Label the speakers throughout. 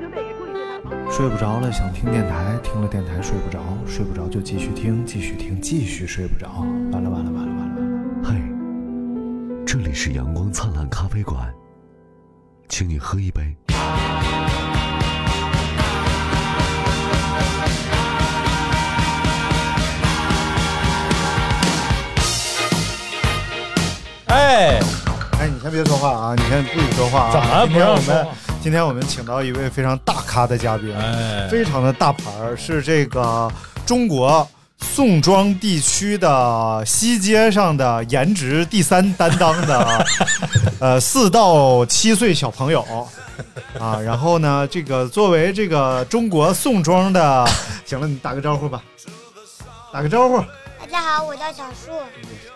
Speaker 1: 球队也注意这场。
Speaker 2: 睡不着了，想听电台，听了电台睡不着，睡不着就继续听，继续听，继续睡不着，完了完了完了完了完了。
Speaker 3: 嗨，这里是阳光灿烂咖啡馆，请你喝一杯。
Speaker 4: 哎，
Speaker 5: 哎，你先别说话啊，你先不许说话啊。
Speaker 4: 怎么
Speaker 5: 今
Speaker 4: 不
Speaker 5: 天
Speaker 4: 让
Speaker 5: 我
Speaker 4: 说
Speaker 5: 们
Speaker 4: 话？
Speaker 5: 今天我们请到一位非常大咖的嘉宾，
Speaker 4: 哎，
Speaker 5: 非常的大牌儿，是这个中国宋庄地区的西街上的颜值第三担当 的，呃，四到七岁小朋友啊。然后呢，这个作为这个中国宋庄的，行了，你打个招呼吧，打个招呼，
Speaker 6: 大家好，我叫小树。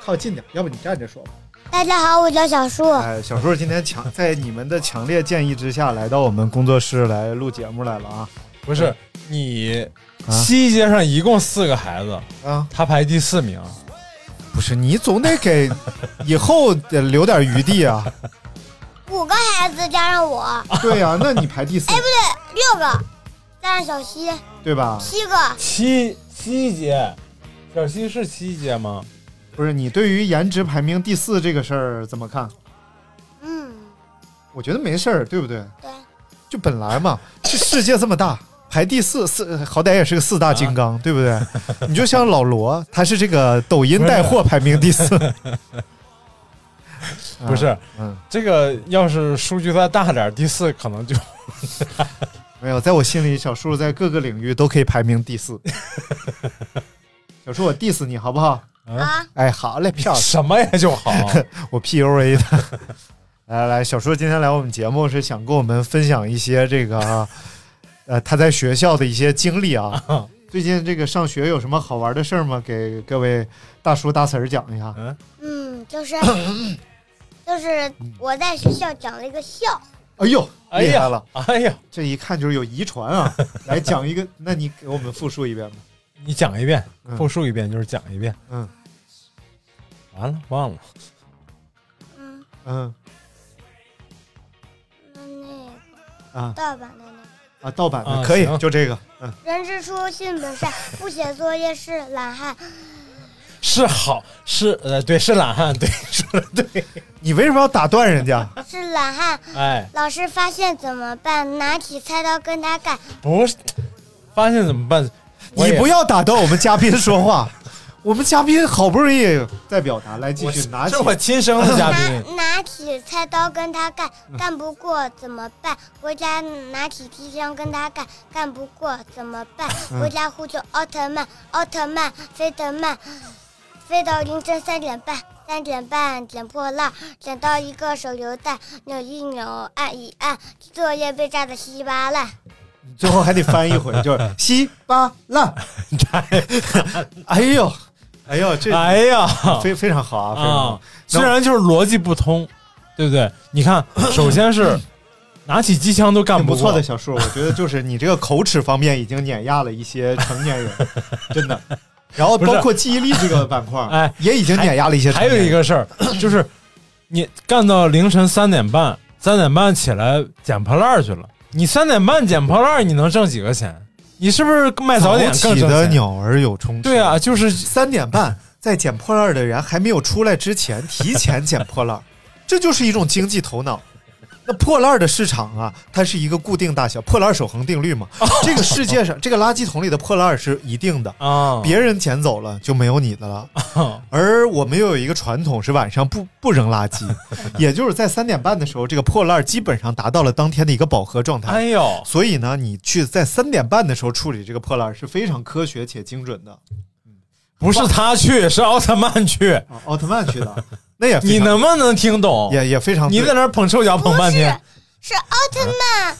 Speaker 5: 靠近点，要不你站着说吧。
Speaker 6: 大家好，我叫小树。
Speaker 5: 哎，小树今天强在你们的强烈建议之下，来到我们工作室来录节目来了啊
Speaker 4: 不是你
Speaker 5: 啊
Speaker 4: 西街上一共四个孩子，
Speaker 5: 啊！
Speaker 4: 他排第四名，
Speaker 5: 不是，你总得 给以后得留点余地啊。
Speaker 6: 五个孩子加上我，
Speaker 5: 对呀、那你排第四，
Speaker 6: 六个，加上小西，
Speaker 5: 对吧？
Speaker 6: 七个。
Speaker 4: 七七街，小西是七街吗？
Speaker 5: 不是，你对于颜值排名第四这个事儿怎么看？
Speaker 6: 嗯，
Speaker 5: 我觉得没事儿，对不对？
Speaker 6: 对，
Speaker 5: 就本来嘛，这世界这么大，排第四四，好歹也是个四大金刚，对不对？你就像老罗，他是这个抖音带货排名第四，
Speaker 4: 不是，
Speaker 5: 嗯，
Speaker 4: 这个要是数据再大点儿，第四可能就
Speaker 5: 没有，在我心里，小树在各个领域都可以排名第 四。小树，我 diss 你好不好？
Speaker 6: 啊，
Speaker 5: 哎，好嘞，漂亮，
Speaker 4: 什么也就 好。
Speaker 5: 我 PUA 的。来来来，小树今天来我们节目是想跟我们分享一些这个， 呃，他在学校的一些经历 啊。最近这个上学有什么好玩的事儿吗？给各位大叔大婶儿讲一下。
Speaker 6: 嗯，就是就是我在学校讲了一个笑，
Speaker 5: 哎呦，
Speaker 4: 哎
Speaker 5: 厉害
Speaker 4: 呀
Speaker 5: 了！，
Speaker 4: 哎呀，
Speaker 5: 这一看就是有遗传 啊。来讲一个，那你给我们复述一遍吧。
Speaker 4: 你讲一遍，
Speaker 5: 嗯
Speaker 4: 复述一遍就是讲一遍。
Speaker 5: 嗯，
Speaker 4: 完了，忘了。
Speaker 6: 嗯，
Speaker 5: 嗯
Speaker 6: 那那个
Speaker 5: 啊
Speaker 6: 盗版的那个。
Speaker 5: 啊，盗版的、
Speaker 4: 啊
Speaker 5: 可以，
Speaker 4: 行
Speaker 5: 就这个。嗯。
Speaker 6: 人之初，性本善，不写作业是懒汉。
Speaker 4: 是好是呃对是懒汉对说的对，
Speaker 5: 你为什么要打断人家？
Speaker 6: 是懒汉，
Speaker 4: 哎
Speaker 6: 老师发现怎么办？拿起菜刀跟他干。
Speaker 4: 不是，发现怎么办？ 我
Speaker 5: 你
Speaker 4: 也
Speaker 5: 不要打断我们嘉宾说 话，我们嘉宾好不容易在表达，来继
Speaker 4: 我
Speaker 5: 续
Speaker 4: 是
Speaker 5: 拿起
Speaker 4: 这。我亲生的
Speaker 5: 啊
Speaker 4: 嘉
Speaker 6: 拿
Speaker 4: 宾，
Speaker 6: 拿起菜刀跟他干，干不过怎么办？回家拿起皮箱跟他干，干不过怎么办？
Speaker 5: 嗯
Speaker 6: 回家呼救奥特曼，奥特曼飞得慢，飞到凌晨三点半，三点半捡破烂，捡到一个手榴弹，扭一扭，按一按，作业被炸得稀巴烂。
Speaker 5: 最后还得翻一回， 就是稀巴烂。哎呦，哎呦，这
Speaker 4: 哎 呀
Speaker 5: 非非常好啊，非常
Speaker 4: 啊
Speaker 5: 好。，
Speaker 4: 虽然就是逻辑不通，对不对？你看，首 先是拿起机枪都干
Speaker 5: 挺不
Speaker 4: 过
Speaker 5: 错的，小树，我觉得就是你这个口齿方面已经碾压了一些成年 人，真的。然后
Speaker 4: 不是
Speaker 5: 包括记忆力这个板块，
Speaker 4: 哎，
Speaker 5: 也已经碾压了一些成
Speaker 4: 还
Speaker 5: 年
Speaker 4: 有
Speaker 5: 人。
Speaker 4: 一个事儿就是，你干到凌晨三点半，三点半起来捡破烂儿去了。你三点半捡破烂儿，你能挣几个钱？你是不是卖早点
Speaker 5: 起
Speaker 4: 更挣
Speaker 5: 的
Speaker 4: 钱？
Speaker 5: 鸟儿有虫吃。
Speaker 4: 对啊，就是
Speaker 5: 三点半，在捡破烂的人还没有出来之前，提前捡破烂， 这就是一种经济头脑。那破烂的市场啊，它是一个固定大小，破烂守恒定律嘛。
Speaker 4: 哦
Speaker 5: 这个世界 上，这个垃圾桶里的破烂是一定的，
Speaker 4: 啊，
Speaker 5: 别人捡走了就没有你的了。
Speaker 4: 哦
Speaker 5: 而我们又有一个传统是晚上不不扔垃 圾，也就是在三点半的时候，这个破烂基本上达到了当天的一个饱和状态。
Speaker 4: 哎呦，
Speaker 5: 所以呢，你去在三点半的时候处理这个破烂是非常科学且精准的。
Speaker 4: 不是他去，是奥特曼去。
Speaker 5: 啊，奥特曼去 的，那也非
Speaker 4: 你
Speaker 5: 常
Speaker 4: 能不能听懂？
Speaker 5: 也也非常
Speaker 4: 你在
Speaker 5: 对啊
Speaker 4: 那儿捧臭脚捧半天，
Speaker 6: 是奥特曼奥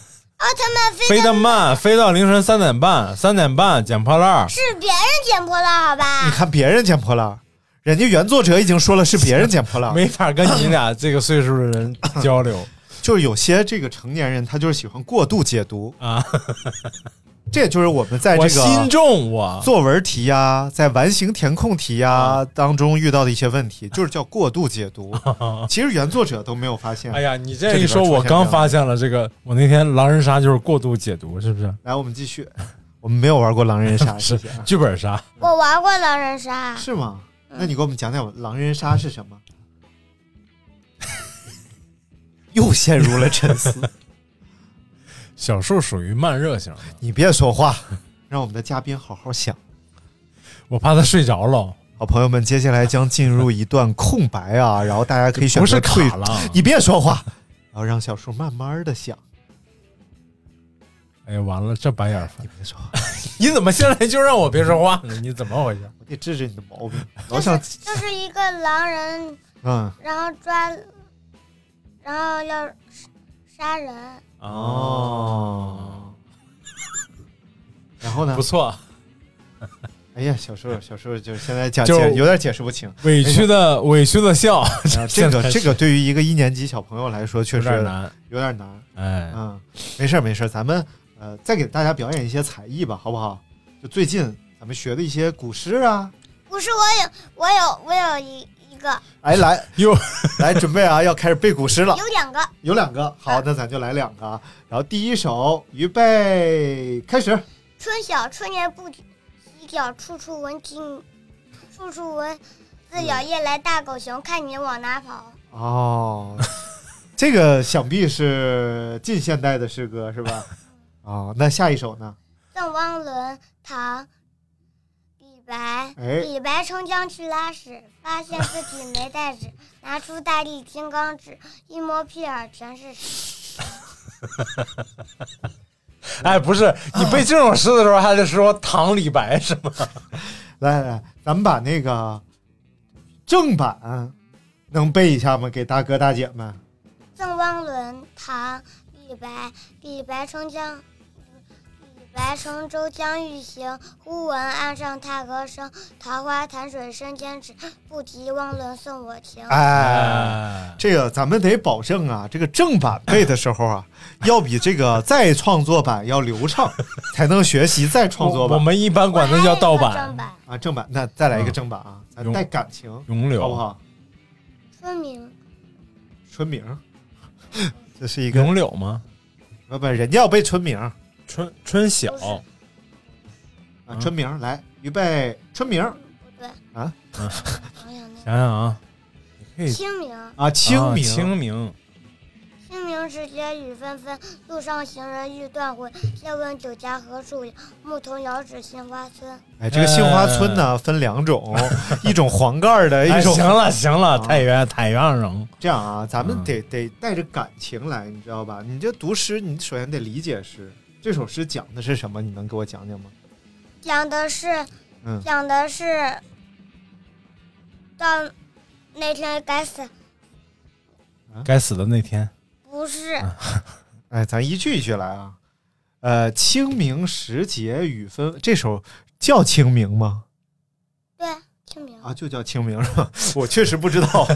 Speaker 6: 特曼飞
Speaker 4: 飞
Speaker 6: 得
Speaker 4: 得慢，飞到凌晨三点半，三点半捡破烂儿。
Speaker 6: 是别人捡破烂，好吧？
Speaker 5: 你看别人捡破烂儿，人家原作者已经说了是别人捡破烂儿，
Speaker 4: 没法跟你俩这个岁数的人 交流
Speaker 5: 就是有些这个成年人他就是喜欢过度解读，
Speaker 4: 啊！
Speaker 5: 这也就是我们在
Speaker 4: 我
Speaker 5: 哎这
Speaker 4: 心
Speaker 5: 个
Speaker 4: 重我，
Speaker 5: 作文题呀、在完形填空题呀、
Speaker 4: 啊
Speaker 5: 当中遇到的一些问题，就是叫过度解读。其实原作者都没有发现。
Speaker 4: 啊哎呀，你
Speaker 5: 这
Speaker 4: 这一
Speaker 5: 里边
Speaker 4: 说，
Speaker 5: 出现
Speaker 4: 我刚
Speaker 5: 这样
Speaker 4: 发现了这个，我那天狼人杀就是过度解读，是不是？
Speaker 5: 来，我们继续，我们没有玩过狼人 杀，
Speaker 4: 是
Speaker 5: 谢谢啊
Speaker 4: 剧本杀，
Speaker 6: 我玩过狼人杀，
Speaker 5: 是吗？那你给我们讲讲狼人杀是什么？ 又陷入了沉思。
Speaker 4: 小树属于慢热型的，
Speaker 5: 你别说话，让我们的嘉宾好好想。
Speaker 4: 我怕他睡着了，
Speaker 5: 好，朋友们，接下来将进入一段空白 啊，然后大家可以选
Speaker 4: 不
Speaker 5: 择
Speaker 4: 是
Speaker 5: 退
Speaker 4: 卡。了。
Speaker 5: 你别说话，然后让小树慢慢的想。
Speaker 4: 哎呀，完了，这白眼儿翻
Speaker 5: 你别说话，
Speaker 4: 你怎么现在就让我别说话呢？你怎 么回事？
Speaker 5: 我得治治你的毛病。老
Speaker 6: 就
Speaker 5: 想
Speaker 6: 是，就是一个狼人，
Speaker 5: 嗯，
Speaker 6: 然后抓，然后要杀人。
Speaker 5: 哦。然后呢
Speaker 4: 不？错，
Speaker 5: 哎呀，小树，小树就是现在讲
Speaker 4: 就
Speaker 5: 解有点解释不清。
Speaker 4: 委屈的委屈的笑，
Speaker 5: 这
Speaker 4: 现
Speaker 5: 个
Speaker 4: 在是
Speaker 5: 哎啊这个对于一个一年级小朋友来说，确
Speaker 4: 有
Speaker 5: 实
Speaker 4: 点难。
Speaker 5: 有点难。
Speaker 4: 哎，
Speaker 5: 嗯，没事儿没事儿，咱们呃再给大家表演一些才艺吧，好不好？就最近咱们学的一些古诗啊。
Speaker 6: 不是我有，我有，我有一一个，
Speaker 5: 哎， 来
Speaker 4: 又
Speaker 5: 来准备啊，要开始背古诗了。
Speaker 6: 有两个。
Speaker 5: 有两个，好，那咱就来两个啊。然后第一首，预备，开始。
Speaker 6: 春晓春眠不觉晓，处处闻啼，处处闻自鸟夜来大狗熊，看你往哪跑。
Speaker 5: 哦，这个想必是近现代的诗歌是 吧？哦，那下一首呢？
Speaker 6: 赠汪伦，唐，李白。
Speaker 5: 哎
Speaker 6: 李白冲江去拉屎，发现自己没带纸， 拿出大力金刚指，一摸屁眼儿全是屎。
Speaker 4: 哎，不是，你背这种诗的时候还得说唐李白是吗？
Speaker 5: 来来，来，咱们把那个正版能背一下吗？给大哥大姐们。
Speaker 6: 赠汪伦，唐，李白。李白冲江，李白乘舟将欲行，忽闻岸上踏歌声。桃花潭水深千尺，不及汪伦送我情。
Speaker 4: 啊
Speaker 5: 哎，这个咱们得保证啊，这个正版背的时候啊，要比这个再创作版要流畅，才能学习再创作
Speaker 4: 我
Speaker 5: 版
Speaker 4: 们一般管那叫盗版
Speaker 6: 哎正、版。
Speaker 5: 啊。正版，那再来一个正版啊，咱
Speaker 4: 嗯啊
Speaker 5: 带感情，
Speaker 4: 咏
Speaker 5: 好不
Speaker 4: 柳、
Speaker 5: 好？
Speaker 6: 春明，
Speaker 5: 春明， 这是一个
Speaker 4: 咏柳吗？
Speaker 5: 不不，人家要背春明啊，
Speaker 4: 春春晓
Speaker 6: 不是
Speaker 4: 嗯
Speaker 5: 春明来，预备，春明
Speaker 6: 不对
Speaker 5: 啊
Speaker 6: 想想那
Speaker 4: 想想啊，你可
Speaker 6: 个
Speaker 4: 以
Speaker 6: 清明，
Speaker 5: 啊，清
Speaker 4: 啊
Speaker 5: 明，
Speaker 4: 清明，
Speaker 6: 清明时节雨纷纷，路上行人欲断魂。借问酒家何处有？牧童遥指杏花村。
Speaker 5: 哎，这个杏花村呢分两种， 一种黄盖儿的，
Speaker 4: 呃哎，
Speaker 5: 一种
Speaker 4: 行了行了，
Speaker 5: 啊
Speaker 4: 太原太原人，
Speaker 5: 这样啊，咱们
Speaker 4: 嗯
Speaker 5: 得得带着感情来，你知道吧？你这读诗，你首先得理解诗。这首诗讲的是什么？你能给我讲讲吗？
Speaker 6: 讲的是，
Speaker 5: 嗯
Speaker 6: 讲的是，到那天该死，
Speaker 4: 该死的那天，
Speaker 6: 不是
Speaker 5: 哎，咱一句一句来啊。呃，清明时节雨纷，这首叫清明吗？
Speaker 6: 对清明。
Speaker 5: 啊，就叫清明是 吧？我确实不知 道，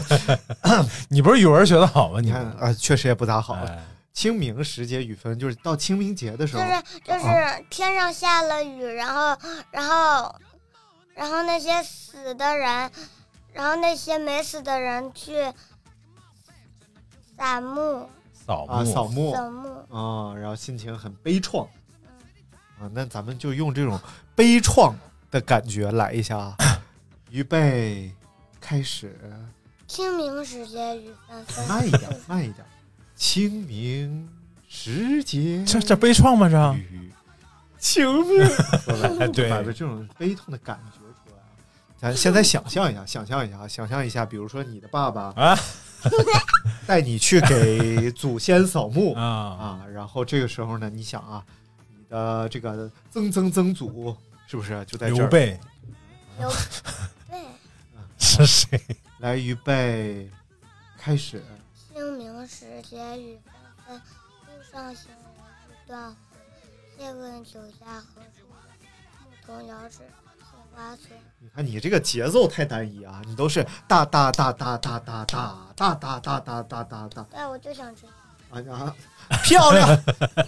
Speaker 4: 你不是语文学的好吗？
Speaker 5: 你
Speaker 4: 你
Speaker 5: 看啊，确实也不咋好。
Speaker 4: 哎
Speaker 5: 清明时节雨纷，就是到清明节的时
Speaker 6: 就
Speaker 5: 候，
Speaker 6: 是
Speaker 5: 啊
Speaker 6: 就是天上下了雨，然后然后然后那些死的人，然后那些没死的人去扫墓
Speaker 4: 扫
Speaker 5: 啊，扫
Speaker 4: 墓，
Speaker 5: 墓
Speaker 6: 扫墓，
Speaker 5: 啊，然后心情很悲怆啊。那咱们就用这种悲怆的感觉来一下啊，预备，开始，
Speaker 6: 清明时节雨纷
Speaker 5: 慢一
Speaker 6: 纷。
Speaker 5: 点，慢一点。清明时节，
Speaker 4: 这这悲怆吗？这
Speaker 5: 雨，清 明，
Speaker 4: 哎对
Speaker 5: 把这种悲痛的感觉出来啊。咱现在想象一下，想象一下啊，想象一下，比如说你的爸爸
Speaker 4: 啊
Speaker 5: 带你去给祖先扫墓，
Speaker 4: 啊，
Speaker 5: 啊，然后这个时候呢，你想啊，你的这个曾曾曾祖是不是就在这
Speaker 4: 刘
Speaker 5: 儿？
Speaker 4: 备
Speaker 6: 有 对，
Speaker 4: 是谁？
Speaker 5: 来，预备，开始。
Speaker 6: 清明时节雨纷纷，路上行人欲段虎，谢问酒家何处有？牧童遥指杏花村。
Speaker 5: 你看你这个节奏太单一啊，你都是哒哒哒哒哒哒哒哒哒哒哒哒哒哒
Speaker 6: 对，我就想知道。
Speaker 5: 啊啊！漂 亮，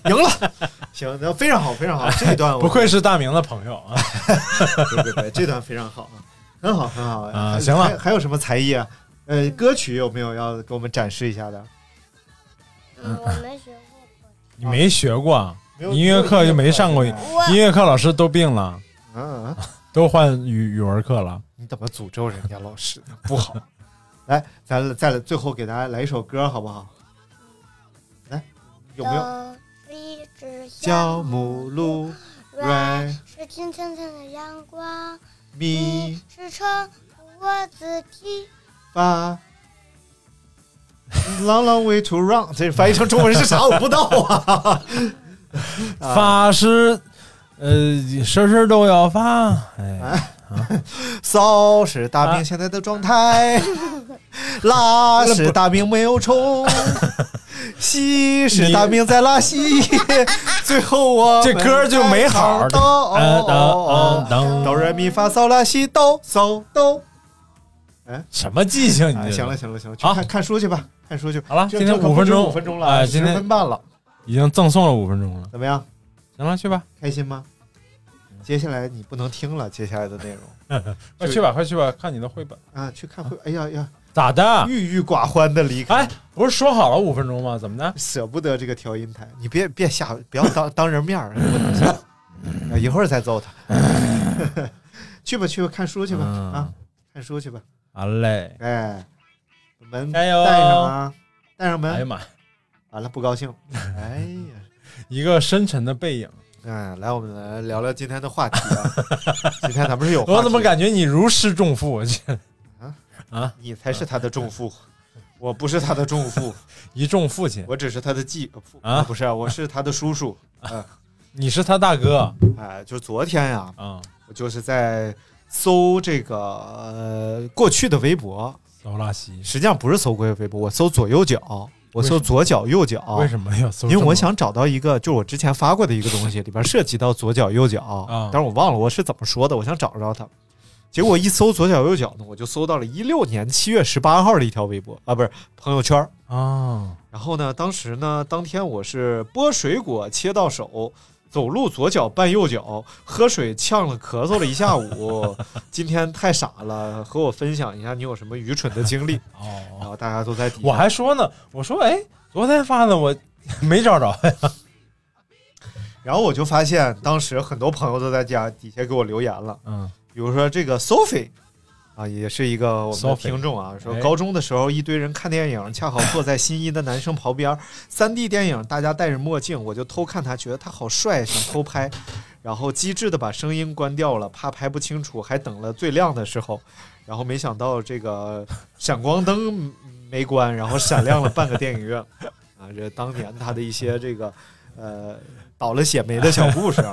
Speaker 5: 赢了，行，那非常好，非常好，这一段哦我哦
Speaker 4: 不愧是大明的朋友啊！
Speaker 5: 对对对，这段非常好啊，很好很好
Speaker 4: 啊
Speaker 5: 还
Speaker 4: 行了
Speaker 5: 还还有什么才艺啊？呃，歌曲有没有要给我们展示一下的？
Speaker 6: 嗯，我没学过。
Speaker 4: 你没学过啊，
Speaker 5: 没有
Speaker 4: 音乐课就没上过
Speaker 5: 没有
Speaker 6: 我
Speaker 4: 音乐课老师都病了，
Speaker 5: 嗯，啊
Speaker 4: 都换语语文课了。
Speaker 5: 你怎么诅咒人家老师呢？不好。 来，咱再来最后给大家来一首歌，好不好？来，有没有？
Speaker 6: 有？一只
Speaker 5: 小母鹿
Speaker 6: 软是金灿灿的阳光，
Speaker 5: 咪
Speaker 6: 你是撑我自己。
Speaker 5: 发。Long long way to run，这翻译成中文是啥？我不知道啊。啊
Speaker 4: 发师，呃，时时都要发。哎，
Speaker 5: 骚是大
Speaker 4: 啊
Speaker 5: 兵现在的状 态，拉是大兵没有冲，吸是大兵在拉稀，最后我
Speaker 4: 这歌就没好儿的嗯
Speaker 5: 哆
Speaker 4: 当当
Speaker 5: 哆来咪发骚拉西哆嗦哆。
Speaker 4: 什么记性？
Speaker 5: 哎
Speaker 4: 你
Speaker 5: 行了
Speaker 4: 这
Speaker 5: 行了行了，去
Speaker 4: 嗯好
Speaker 5: 看看书去吧，看书去吧。
Speaker 4: 好了
Speaker 5: 这
Speaker 4: 今天
Speaker 5: 这可
Speaker 4: 五
Speaker 5: 不
Speaker 4: 分
Speaker 5: 止
Speaker 4: 钟
Speaker 5: 五分钟
Speaker 4: 哎
Speaker 5: 了，十
Speaker 4: 今天
Speaker 5: 分半了，
Speaker 4: 已经赠送了五分钟了。
Speaker 5: 怎么样？
Speaker 4: 行了，去吧，
Speaker 5: 开心吗？接下来你不能听了，接下来的内容
Speaker 4: 快去吧，快去吧，看你的绘本。
Speaker 5: 啊，去看会。哎呀呀，
Speaker 4: 咋的？
Speaker 5: 郁郁寡欢的离开。
Speaker 4: 哎，不是说好了五分钟吗？怎么的？
Speaker 5: 舍不得这个调音台，你别别吓，不要当当人面儿，不能吓啊一会儿再揍他。 去吧去吧，看书去吧、
Speaker 4: 嗯
Speaker 5: 啊，看书去吧。
Speaker 4: 好嘞。
Speaker 5: 哎，门
Speaker 4: 加油
Speaker 5: 带上啊，带上门。
Speaker 4: 哎呀妈，
Speaker 5: 完了不高兴。哎呀，
Speaker 4: 一个深沉的背影，
Speaker 5: 嗯，来我们来聊聊今天的话题啊。今天咱们是有话题，
Speaker 4: 我怎么感觉你如释重负？我去，
Speaker 5: 你才是他的重负，我不是他的重负，
Speaker 4: 一众父亲，
Speaker 5: 我只是他的继父
Speaker 4: 啊
Speaker 5: 不是，我是他的叔叔。
Speaker 4: 你是他大哥
Speaker 5: 哎，就昨天呀、
Speaker 4: 啊，
Speaker 5: 我就是在搜这个呃过去的微博，
Speaker 4: 劳拉西。
Speaker 5: 实际上不是搜过去的微博，我搜左右脚，我搜左脚右脚，
Speaker 4: 为什么要搜这
Speaker 5: 哦
Speaker 4: 么？
Speaker 5: 因为我想找到一个，就是我之前发过的一个东西，里边涉及到左脚右脚，
Speaker 4: 啊
Speaker 5: 但是我忘了我是怎么说的，我想找着它。结果一搜左脚右脚呢，我就搜到了一六年七月十八号的一条微博啊，不是朋友圈儿。
Speaker 4: 啊，
Speaker 5: 然后呢，当时呢，当天我是剥水果切到手，走路左脚绊右脚，喝水呛了咳嗽了一下午。今天太傻了，和我分享一下你有什么愚蠢的经历。然
Speaker 4: 哦，
Speaker 5: 后大家都在底
Speaker 4: 我
Speaker 5: 下，
Speaker 4: 还说呢，我说哎，昨天发的我 没找着呀。
Speaker 5: 然后我就发现当时很多朋友都在家底下给我留言了，
Speaker 4: 嗯，
Speaker 5: 比如说这个 Sophie。啊，也是一个我们的
Speaker 4: Sophie
Speaker 5: 听众啊，说
Speaker 4: 哎
Speaker 5: 高中的时候一堆人看电影，恰好坐在心仪的男生旁边，三 D 电影，大家戴着墨镜，我就偷看他，觉得他好帅，想偷拍，然后机智的把声音关掉了，怕拍不清楚，还等了最亮的时候，然后没想到这个闪光灯嗯没关，然后闪亮了半个电影院，啊，这当年他的一些这个呃倒了血霉的小故事啊，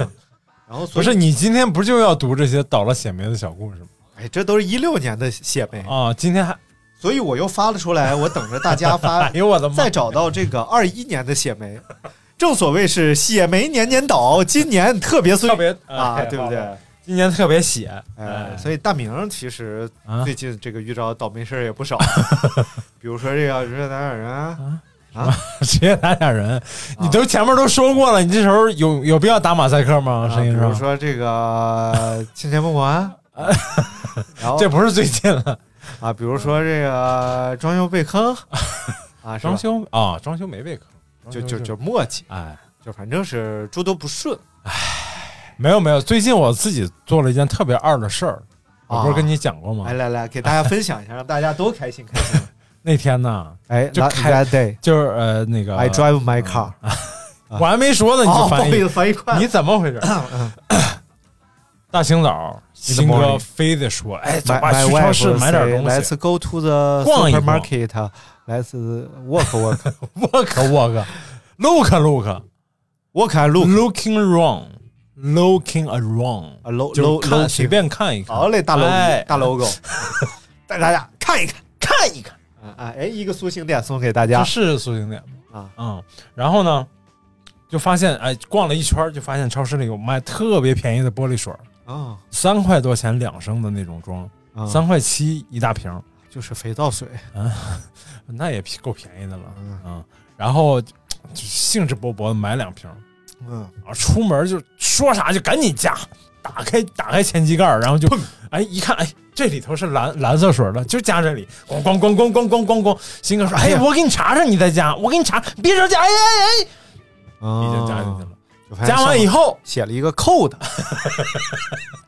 Speaker 5: 然后所
Speaker 4: 不
Speaker 5: 以
Speaker 4: 是你今天不就要读这些倒了血霉的小故事吗？
Speaker 5: 哎，这都是一六年的血霉
Speaker 4: 啊，今天还，
Speaker 5: 所以我又发了出来，我等着大家发
Speaker 4: 哎，呦我的妈
Speaker 5: 再！找到这个二一年的血霉。正所谓是血霉年年倒，今年特别碎
Speaker 4: 特别
Speaker 5: 啊，对不？对
Speaker 4: 太好了？今年特别血，
Speaker 5: 哎，所以大明其实
Speaker 4: 啊
Speaker 5: 最近这个遇着倒霉事儿也不 少，比如说这个热带尔人，啊
Speaker 4: 直接打俩人，你都前面都说过了，你这时候有有必要打马赛克吗？
Speaker 5: 啊
Speaker 4: 声
Speaker 5: 比
Speaker 4: 音
Speaker 5: 如
Speaker 4: 上，
Speaker 5: 说这个 亲钱不还，然后
Speaker 4: 这不是最近了，
Speaker 5: 啊，比如说这个装修被坑啊，是吧
Speaker 4: 装修啊，装修没被坑，
Speaker 5: 就就就磨叽，
Speaker 4: 哎，
Speaker 5: 就反正是诸多不顺。
Speaker 4: 没有没有，最近我自己做了一件特别二的事儿，我不是跟你讲过吗
Speaker 5: 来？来来，给大家分享一 下，让大家都开心开心。
Speaker 4: 那天呢，
Speaker 5: 哎
Speaker 4: 就开
Speaker 5: day
Speaker 4: 就是呃那个
Speaker 5: I drive my car。
Speaker 4: 我还没说呢，你
Speaker 5: 啊哦，
Speaker 4: 就
Speaker 5: 不好
Speaker 4: 翻
Speaker 5: 意
Speaker 4: 译，
Speaker 5: 思，翻译快了。
Speaker 4: 你怎么回事？
Speaker 5: 嗯
Speaker 4: 大清早，
Speaker 5: In the
Speaker 4: 新哥
Speaker 5: morning
Speaker 4: 非得说，哎，走
Speaker 5: My-
Speaker 4: 吧，
Speaker 5: my
Speaker 4: 去超
Speaker 5: wife
Speaker 4: 市买点
Speaker 5: say,
Speaker 4: 东西
Speaker 5: Let's。go to the
Speaker 4: 逛一逛
Speaker 5: supermarket. Let's walk walk
Speaker 4: 我靠，我靠，look look
Speaker 5: walk and look.
Speaker 4: looking wrong looking around，
Speaker 5: 啊，low
Speaker 4: 就是
Speaker 5: low
Speaker 4: 看
Speaker 5: low
Speaker 4: 随。便看一看。
Speaker 5: 好嘞，大 logo
Speaker 4: 哎
Speaker 5: 大 logo，带大家看一看看一看。啊啊，哎，一个苏醒点送给大家
Speaker 4: 这。是苏醒点
Speaker 5: 啊
Speaker 4: 嗯，然后呢，就发现哎，逛了一圈儿就发现超市里有卖特别便宜的玻璃水儿，
Speaker 5: 啊，
Speaker 4: 三块多钱两升的那种装，
Speaker 5: 啊
Speaker 4: 三块七一大瓶儿，
Speaker 5: 就是肥皂水，
Speaker 4: 那也够便宜的了
Speaker 5: 嗯
Speaker 4: 啊。然后就兴致勃勃的买两瓶儿，
Speaker 5: 嗯，
Speaker 4: 啊，出门就说啥就赶紧加，打开打开前机盖儿，然后就哎一看，哎这里头是蓝蓝色水了，就加这里，咣咣咣咣咣咣咣咣。鑫哥说：“哎
Speaker 5: 哎呀
Speaker 4: 我给你查查，你再加，我给你查，别着加，哎哎
Speaker 5: 嗯
Speaker 4: 哎，已经加进去了。
Speaker 5: 哦了
Speaker 4: 加完以
Speaker 5: 后
Speaker 4: 后，
Speaker 5: 写了一个 code，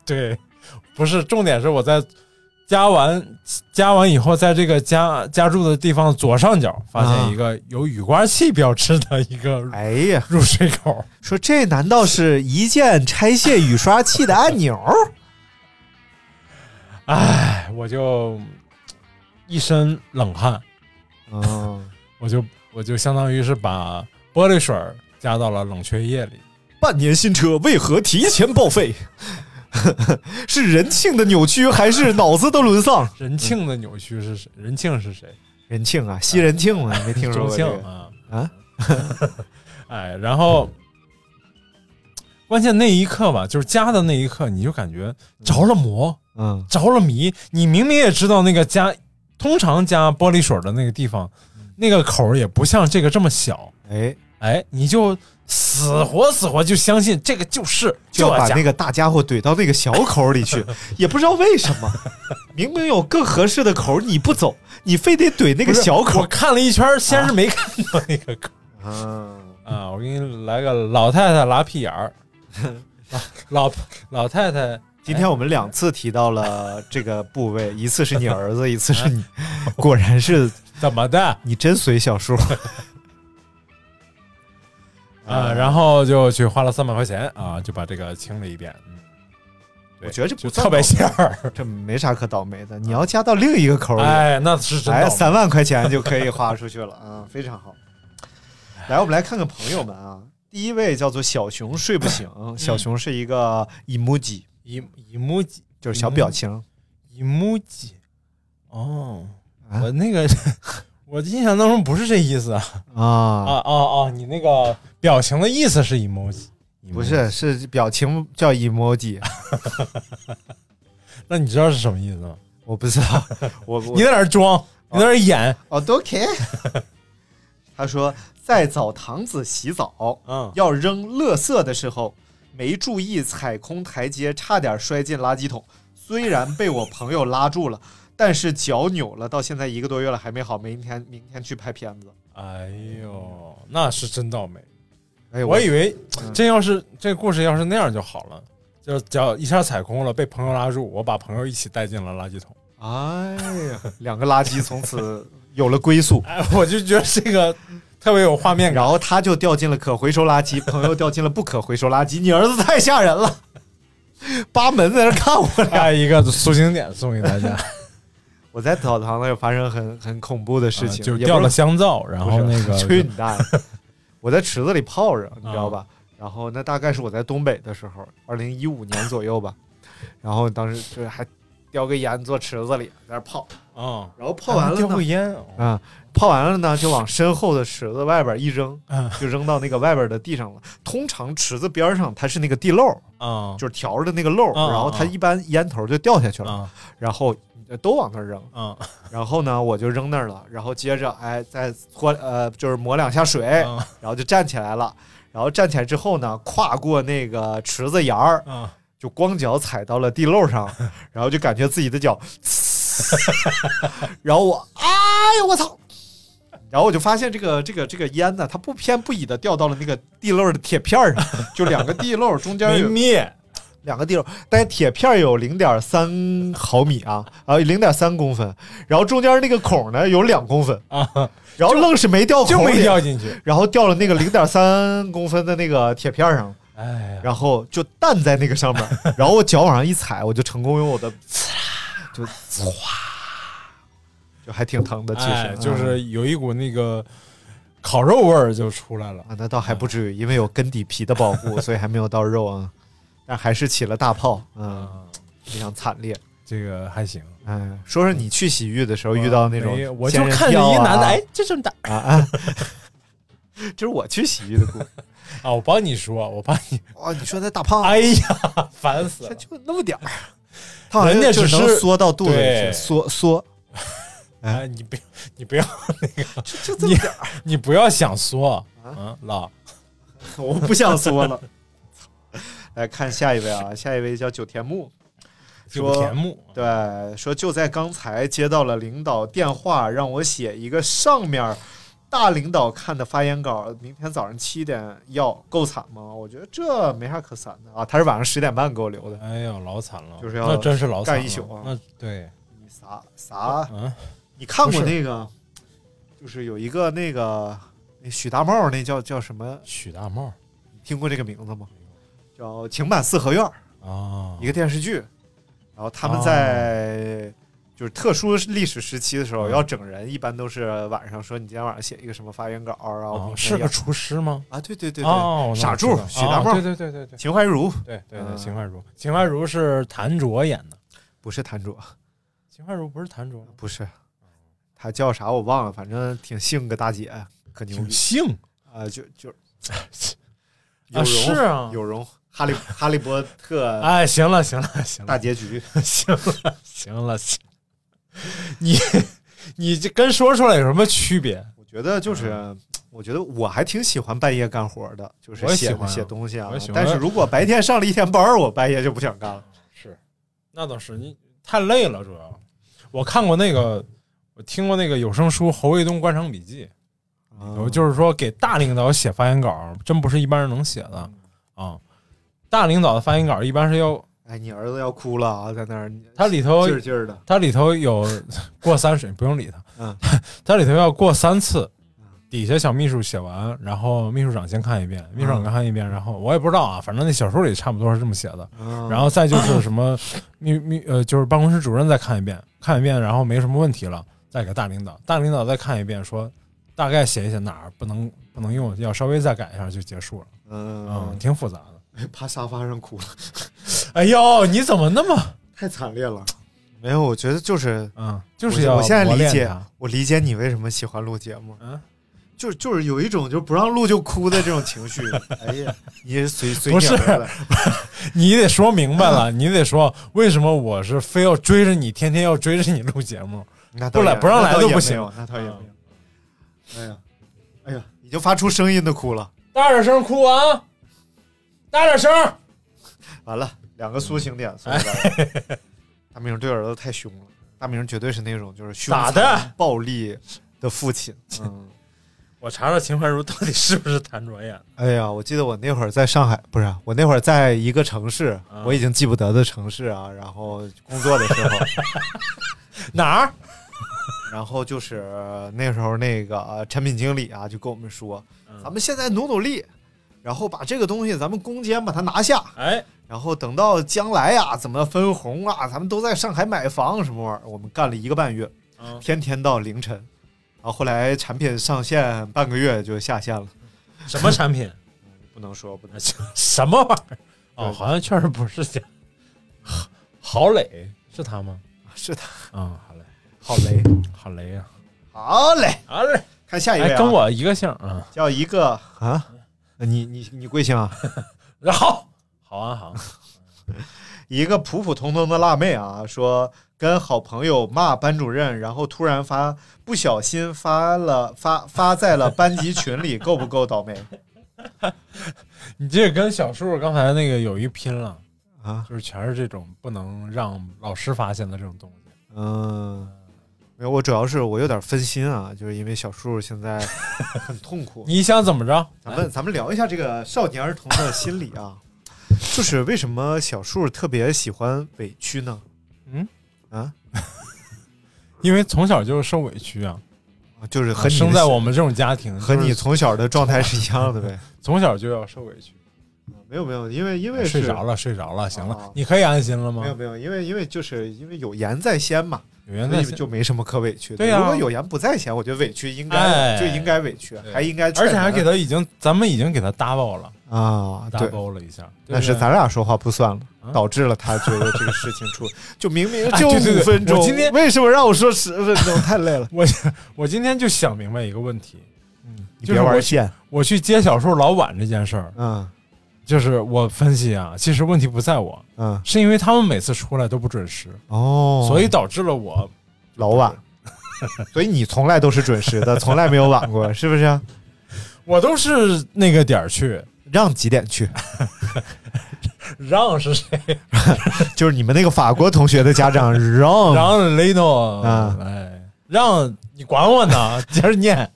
Speaker 4: 对，不是重点是我在加完加完以后，在这个加加注的地方左上角发
Speaker 5: 啊
Speaker 4: 现一个有雨刮器标志的一个
Speaker 5: 哎呀，
Speaker 4: 入水口，
Speaker 5: 说这难道是一键拆卸雨刷器的按钮？
Speaker 4: 哎，我就一身冷汗。”
Speaker 5: 嗯，
Speaker 4: 我就我就相当于是把玻璃水儿加到了冷却液里。
Speaker 5: 半年新车为何提前报废？ 是人性的扭曲，还是脑子的沦丧？
Speaker 4: 人庆的扭曲是谁？人庆是谁？
Speaker 5: 人庆啊，西人庆啊，没听说
Speaker 4: 钟
Speaker 5: 过、
Speaker 4: 庆
Speaker 5: 这个、
Speaker 4: 啊
Speaker 5: 啊！
Speaker 4: 哎，然后关键那一刻吧，就是加的那一刻，你就感觉着了魔，
Speaker 5: 嗯
Speaker 4: 着了迷。你明明也知道那个加，通常加玻璃水儿的那个地方，
Speaker 5: 嗯
Speaker 4: 那个口儿也不像这个这么小。
Speaker 5: 哎，
Speaker 4: 哎，你就死活死活就相信这个就是
Speaker 5: 就要把
Speaker 4: 加
Speaker 5: 那个大家伙怼到那个小口里 去，也不知道为什么，明明有更合适的口，你不走，你非得怼那
Speaker 4: 不
Speaker 5: 个
Speaker 4: 是
Speaker 5: 小口
Speaker 4: 我。看了一圈儿，先是没看到那个口
Speaker 5: 嗯，
Speaker 4: 啊，我给你来个老太太拉屁眼 儿，老老老太太
Speaker 5: 今天我们两次提到了这个部位，一次是你儿子，一次是你，果然是
Speaker 4: 怎么的啊？
Speaker 5: 你真随小 叔。
Speaker 4: 啊
Speaker 5: 啊
Speaker 4: 然后就去花了三百块钱啊，就把这个清了一遍。嗯，对
Speaker 5: 我觉得这不
Speaker 4: 就
Speaker 5: 算
Speaker 4: 特别
Speaker 5: 倒霉
Speaker 4: 馅儿，
Speaker 5: 这没啥可倒霉的，你要加到另一个口里，
Speaker 4: 哎，那是真
Speaker 5: 哎，
Speaker 4: 倒霉。
Speaker 5: 三万块钱就可以花出去了 啊，非常好。来，我们来看看朋友们啊。第一位叫做小熊睡不 醒，小熊是一个 emoji，
Speaker 4: 以以木吉
Speaker 5: 就是小表情。
Speaker 4: 以木吉，哦，
Speaker 5: 啊
Speaker 4: 我那个 我印象当中不是这意思啊啊
Speaker 5: 啊，
Speaker 4: 啊啊！你那个表情的意思是 emoji，
Speaker 5: 不是，是表情叫 emoji，
Speaker 4: 那你知道是什么意思吗？
Speaker 5: 我不知道，我我
Speaker 4: 你在那儿装，你在那儿演，
Speaker 5: 哦都 OK。他说在澡堂子洗澡，
Speaker 4: 嗯，
Speaker 5: 要扔垃圾的时候，没注意踩空台阶，差点摔进垃圾桶。虽然被我朋友拉住了，但是脚扭了，到现在一个多月了还没好。明天明天去拍片子。
Speaker 4: 哎呦，那是真倒霉。
Speaker 5: 哎，
Speaker 4: 我以为
Speaker 5: 嗯
Speaker 4: 这要是这故事要是那样就好了，就脚一下踩空了，被朋友拉住，我把朋友一起带进了垃圾桶。。
Speaker 5: 哎呀，两个垃圾从此有了归宿
Speaker 4: 哎，我就觉得这个特别有画面感。
Speaker 5: 然后他就掉进了可回收垃圾，朋友掉进了不可回收垃圾。你儿子太吓人 了，扒门在那看我 俩。
Speaker 4: 啊下一个苏醒点送给大家，
Speaker 5: 我在澡堂子有发生很很恐怖的事
Speaker 4: 啊
Speaker 5: 情，
Speaker 4: 就
Speaker 5: 也不
Speaker 4: 掉
Speaker 5: 是
Speaker 4: 了香皂，然后
Speaker 5: 不
Speaker 4: 那
Speaker 5: 是
Speaker 4: 个嗯啊
Speaker 5: 去你大爷！我在池子里泡着，你知道吧？然后那大概是我在东北的时候，二零一五年左右吧。然后当时就是还叼个烟坐池子里在那泡，
Speaker 4: 啊，
Speaker 5: 然后泡完了
Speaker 4: 掉过
Speaker 5: 呢，
Speaker 4: 烟，
Speaker 5: 啊，泡完了呢就往身后的池子外边一扔
Speaker 4: 嗯，
Speaker 5: 就扔到那个外边的地上了。通常池子边上它是那个地漏，
Speaker 4: 啊
Speaker 5: 就是条着的那个漏，
Speaker 4: 啊啊
Speaker 5: 然后它一般烟头就掉下去了，
Speaker 4: 啊
Speaker 5: 然后都往那儿扔。
Speaker 4: 啊
Speaker 5: 然后呢，我就扔那儿了，然后接着哎再搓呃就是抹两下水，
Speaker 4: 啊
Speaker 5: 然后就站起来了。然后站起来之后呢，跨过那个池子沿儿，
Speaker 4: 啊！
Speaker 5: 就光脚踩到了地漏上，然后就感觉自己的脚， 然后我哎呦我操！然后我就发现这个这个这个烟呢，它不偏不倚的掉到了那个地漏的铁片儿上，就两个地漏中间
Speaker 4: 没
Speaker 5: 有
Speaker 4: 灭，
Speaker 5: 两个地漏，但是铁片儿有零点三毫米啊，啊零点三公分，然后中间那个孔呢有两公分
Speaker 4: 啊，
Speaker 5: 然后愣是没 掉
Speaker 4: 就
Speaker 5: 孔
Speaker 4: 没
Speaker 5: 里，
Speaker 4: 掉进去。
Speaker 5: 然后掉了那个零点三公分的那个铁片儿上，
Speaker 4: 哎呀，
Speaker 5: 然后就弹在那个上面，然后我脚往上一踩，我就成功用我的，就唰，就还挺疼的，其实、
Speaker 4: 哎，就
Speaker 5: 嗯
Speaker 4: 是有一股那个烤肉味儿就出来了。
Speaker 5: 啊，那倒还不至于，因为有根底皮的保 护，所以还没有到肉啊，但还是起了大泡，嗯，
Speaker 4: 啊，
Speaker 5: 非常惨烈。
Speaker 4: 这个还行。
Speaker 5: 哎，说说你去洗浴的时候遇到那种
Speaker 4: 没
Speaker 5: 仙人跳啊、啊
Speaker 4: 有我就
Speaker 5: 哎
Speaker 4: 看着一男的，哎，这这么大，
Speaker 5: 啊啊，这是我去洗浴的故事。
Speaker 4: 啊，我帮你说，我帮你。
Speaker 5: 哇，啊你说那大胖子，
Speaker 4: 哎呀，烦死
Speaker 5: 这
Speaker 4: 了！
Speaker 5: 就那么点儿，哎他好像
Speaker 4: 人家
Speaker 5: 就
Speaker 4: 只是
Speaker 5: 能缩到肚子里
Speaker 4: 对
Speaker 5: 去，缩缩，
Speaker 4: 哎，你不要，你不要那个，
Speaker 5: 就就这么点儿，
Speaker 4: 你不要想
Speaker 5: 啊
Speaker 4: 缩，嗯，老
Speaker 5: 我不想缩了。 来看下一位啊，下一位叫九田木，
Speaker 4: 九
Speaker 5: 说
Speaker 4: 田木，
Speaker 5: 对，说就在刚才接到了领导电话，让我写一个上面儿大领导看的发言稿，明天早上七点要，够惨吗？我觉得这没啥可惨的啊。他是晚上十点半给我留的，
Speaker 4: 哎呦，老惨了，
Speaker 5: 就是要
Speaker 4: 那真是老惨了
Speaker 5: 干一宿啊
Speaker 4: 那对，
Speaker 5: 你啥啥？
Speaker 4: 嗯，
Speaker 5: 你看过
Speaker 4: 不是
Speaker 5: 那个？就是有一个那个那许大茂那叫叫什么？
Speaker 4: 许大茂
Speaker 5: 你听过这个名字吗？叫《情满四合院》
Speaker 4: 啊哦
Speaker 5: 一，个电视剧，然后他们在就是特殊历史时期的时候
Speaker 4: 嗯
Speaker 5: 要整人，一般都是晚上说你今天晚上写一个什么发言稿，然后
Speaker 4: 啊
Speaker 5: 明
Speaker 4: 是
Speaker 5: 天要
Speaker 4: 个厨师吗？
Speaker 5: 啊，对对对对，
Speaker 4: 哦，我知道
Speaker 5: 傻柱
Speaker 4: 我知道
Speaker 5: 许大
Speaker 4: 啊
Speaker 5: 茂
Speaker 4: 对对对对对
Speaker 5: 秦淮茹
Speaker 4: 对对
Speaker 5: 嗯
Speaker 4: 对，秦淮茹，秦淮茹是谭卓演的，
Speaker 5: 不是谭卓，
Speaker 4: 秦淮茹不是谭卓吗，
Speaker 5: 不是，她叫啥我忘了，反正挺性个大姐，可牛
Speaker 4: 挺
Speaker 5: 逼
Speaker 4: 性
Speaker 5: 啊，就就有
Speaker 4: 啊，是
Speaker 5: 容
Speaker 4: 啊，
Speaker 5: 有容，哈利哈利波 特
Speaker 4: 哎，行了行了行了
Speaker 5: 大，结局，
Speaker 4: 行了行了，行你你这跟说出来有什么区别？
Speaker 5: 我觉得就是，我觉得我还挺喜欢半夜干活的，就是
Speaker 4: 嗯我也
Speaker 5: 写
Speaker 4: 喜欢啊
Speaker 5: 写东西啊
Speaker 4: 我也喜。欢
Speaker 5: 但是如果白天上了一天班儿，我半夜就不想 干了。
Speaker 4: 是，那倒是，你太累了，主要。我看过那个，我听过那个有声书《侯卫东官场笔记》，
Speaker 5: 嗯
Speaker 4: 有就是说给大领导写发言稿，真不是一般人能写的
Speaker 5: 嗯
Speaker 4: 啊。大领导的发言稿一般是要，
Speaker 5: 哎，你儿子要哭了啊，在那儿
Speaker 4: 它里头
Speaker 5: 劲儿劲儿的，
Speaker 4: 它里头有过三水，不用理他。
Speaker 5: 嗯，
Speaker 4: 它里头要过三次，底下小秘书写完，然后秘书长先看一遍，秘书长看一遍，然后我也不知道啊，反正那小说里差不多是这么写的。
Speaker 5: 然
Speaker 4: 然后再就是什么 秘秘呃，就是办公室主任再看一遍，看一遍，然后没什么问题了，再给大领导，大领导再看一遍，说大概写一写哪儿不能不能用，要稍微再改一下就结束了。嗯，
Speaker 5: 嗯，
Speaker 4: 挺复杂的。
Speaker 5: 趴沙发上哭了，
Speaker 4: 哎呦，你怎么那么
Speaker 5: 太惨烈了。没有，我觉得就是
Speaker 4: 嗯，就是
Speaker 5: 我
Speaker 4: 要
Speaker 5: 我现在
Speaker 4: 磨
Speaker 5: 理
Speaker 4: 练
Speaker 5: 解
Speaker 4: 它，
Speaker 5: 我理解你为什么喜欢录节目，
Speaker 4: 嗯，
Speaker 5: 就就是有一种就不让录就哭的这种情 绪。哎呀，你也随随
Speaker 4: 不
Speaker 5: 你
Speaker 4: 是
Speaker 5: 儿子，
Speaker 4: 你得说明白了，你得说为什么我是非要追着你，天天要追着你录节目。
Speaker 5: 那倒
Speaker 4: 不来
Speaker 5: 也
Speaker 4: 不让来
Speaker 5: 那倒
Speaker 4: 都
Speaker 5: 也
Speaker 4: 不
Speaker 5: 没
Speaker 4: 行
Speaker 5: 有那倒也没有。哎呀，哎呀，已经发出声音的哭了。
Speaker 4: 大点声哭啊！大点声！
Speaker 5: 完了，两个苏醒点，所以大家大明对儿子太凶了。大明绝对是那种就是凶
Speaker 4: 咋
Speaker 5: 残
Speaker 4: 的
Speaker 5: 暴力的父亲。嗯，
Speaker 4: 我查查秦淮茹到底是不是谭卓演的。
Speaker 5: 哎呀，我记得我那会儿在上海，不是啊我那会儿在一个城市，
Speaker 4: 啊
Speaker 5: 我已经记不得的城市啊。然后工作的时候，
Speaker 4: 哪儿？
Speaker 5: 然后就是那时候那个呃产品经理啊，就跟我们说，
Speaker 4: 嗯
Speaker 5: 咱们现在努努力，然后把这个东西咱们攻坚把它拿下，
Speaker 4: 哎，
Speaker 5: 然后等到将来啊，怎么分红啊，咱们都在上海买房什么玩意儿，我们干了一个半月，
Speaker 4: 嗯
Speaker 5: 天天到凌晨。然后后来产品上线半个月就下线了，
Speaker 4: 什么产品？
Speaker 5: 不能说不能
Speaker 4: 什么玩意儿？哦，
Speaker 5: 对
Speaker 4: 好像确实不是这。 郝磊是他吗？
Speaker 5: 说，是的，
Speaker 4: 嗯，郝磊，
Speaker 5: 好雷，
Speaker 4: 郝雷呀，
Speaker 5: 好嘞，
Speaker 4: 郝磊，
Speaker 5: 看下一位、
Speaker 4: 哎，
Speaker 5: 啊，
Speaker 4: 跟我一个姓啊。
Speaker 5: 叫一个啊，你你你贵姓啊？
Speaker 4: 然后郝安行，
Speaker 5: 一个普普通通的辣妹啊，说跟好朋友骂班主任，然后突然发不小心发了发发在了班级群里，够不够倒霉
Speaker 4: 你这跟小树刚才那个有一拼了，
Speaker 5: 啊？
Speaker 4: 就是全是这种不能让老师发现的这种东西。
Speaker 5: 嗯，没有，我主要是我有点分心啊，就是因为小树现在很痛苦。
Speaker 4: 你想怎么着？
Speaker 5: 咱们咱们聊一下这个少年儿童的心理啊，就是为什么小树特别喜欢委屈呢？
Speaker 4: 嗯
Speaker 5: 啊，
Speaker 4: 因为从小就受委屈啊，
Speaker 5: 就是和你的
Speaker 4: 生在我们这种家庭，
Speaker 5: 和
Speaker 4: 就
Speaker 5: 你
Speaker 4: 是
Speaker 5: 从小的状态是一样的呗。
Speaker 4: 从小就要受委屈。
Speaker 5: 没有没有，因为因为
Speaker 4: 睡
Speaker 5: 是
Speaker 4: 着了，睡着了，行
Speaker 5: 哦
Speaker 4: 了，你可以安心了吗
Speaker 5: 没有？没有，因为因为就是因为有言在先嘛，
Speaker 4: 有缘
Speaker 5: 所
Speaker 4: 再
Speaker 5: 以
Speaker 4: 见
Speaker 5: 就没什么可委屈的。
Speaker 4: 对呀啊
Speaker 5: 如果有言不在先，我觉得委屈应该、
Speaker 4: 哎
Speaker 5: 就应该委屈，
Speaker 4: 对
Speaker 5: 还应该劝
Speaker 4: 而且还
Speaker 5: 他
Speaker 4: 给他已经，咱们已经给他搭包了，
Speaker 5: 啊，
Speaker 4: 搭
Speaker 5: 对。
Speaker 4: 包了一下。对不对
Speaker 5: 但是咱俩说话不算了，
Speaker 4: 啊
Speaker 5: 导致了他觉得这个事情 出，就明明
Speaker 4: 哎
Speaker 5: 就
Speaker 4: 对对
Speaker 5: 五
Speaker 4: 对
Speaker 5: 分钟，
Speaker 4: 我今天
Speaker 5: 为什么让我说十分钟？太累了。
Speaker 4: 我我今天就想明白一个问题，嗯，
Speaker 5: 你别
Speaker 4: 就是我
Speaker 5: 玩
Speaker 4: 去
Speaker 5: 线，
Speaker 4: 我去接小树老晚这件事儿，
Speaker 5: 嗯
Speaker 4: 就是我分析啊，其实问题不在我，
Speaker 5: 嗯，
Speaker 4: 是因为他们每次出来都不准时，
Speaker 5: 哦，
Speaker 4: 所以导致了我
Speaker 5: 老 晚，所以你从来都是准时的，从来没有晚过，是不啊是？
Speaker 4: 我都是那个点儿去，
Speaker 5: 让几点去？
Speaker 4: 让是谁？
Speaker 5: 就是你们那个法国同学的家 长让，
Speaker 4: 让 Lino
Speaker 5: 啊
Speaker 4: 哎，让你管我 呢，接着念。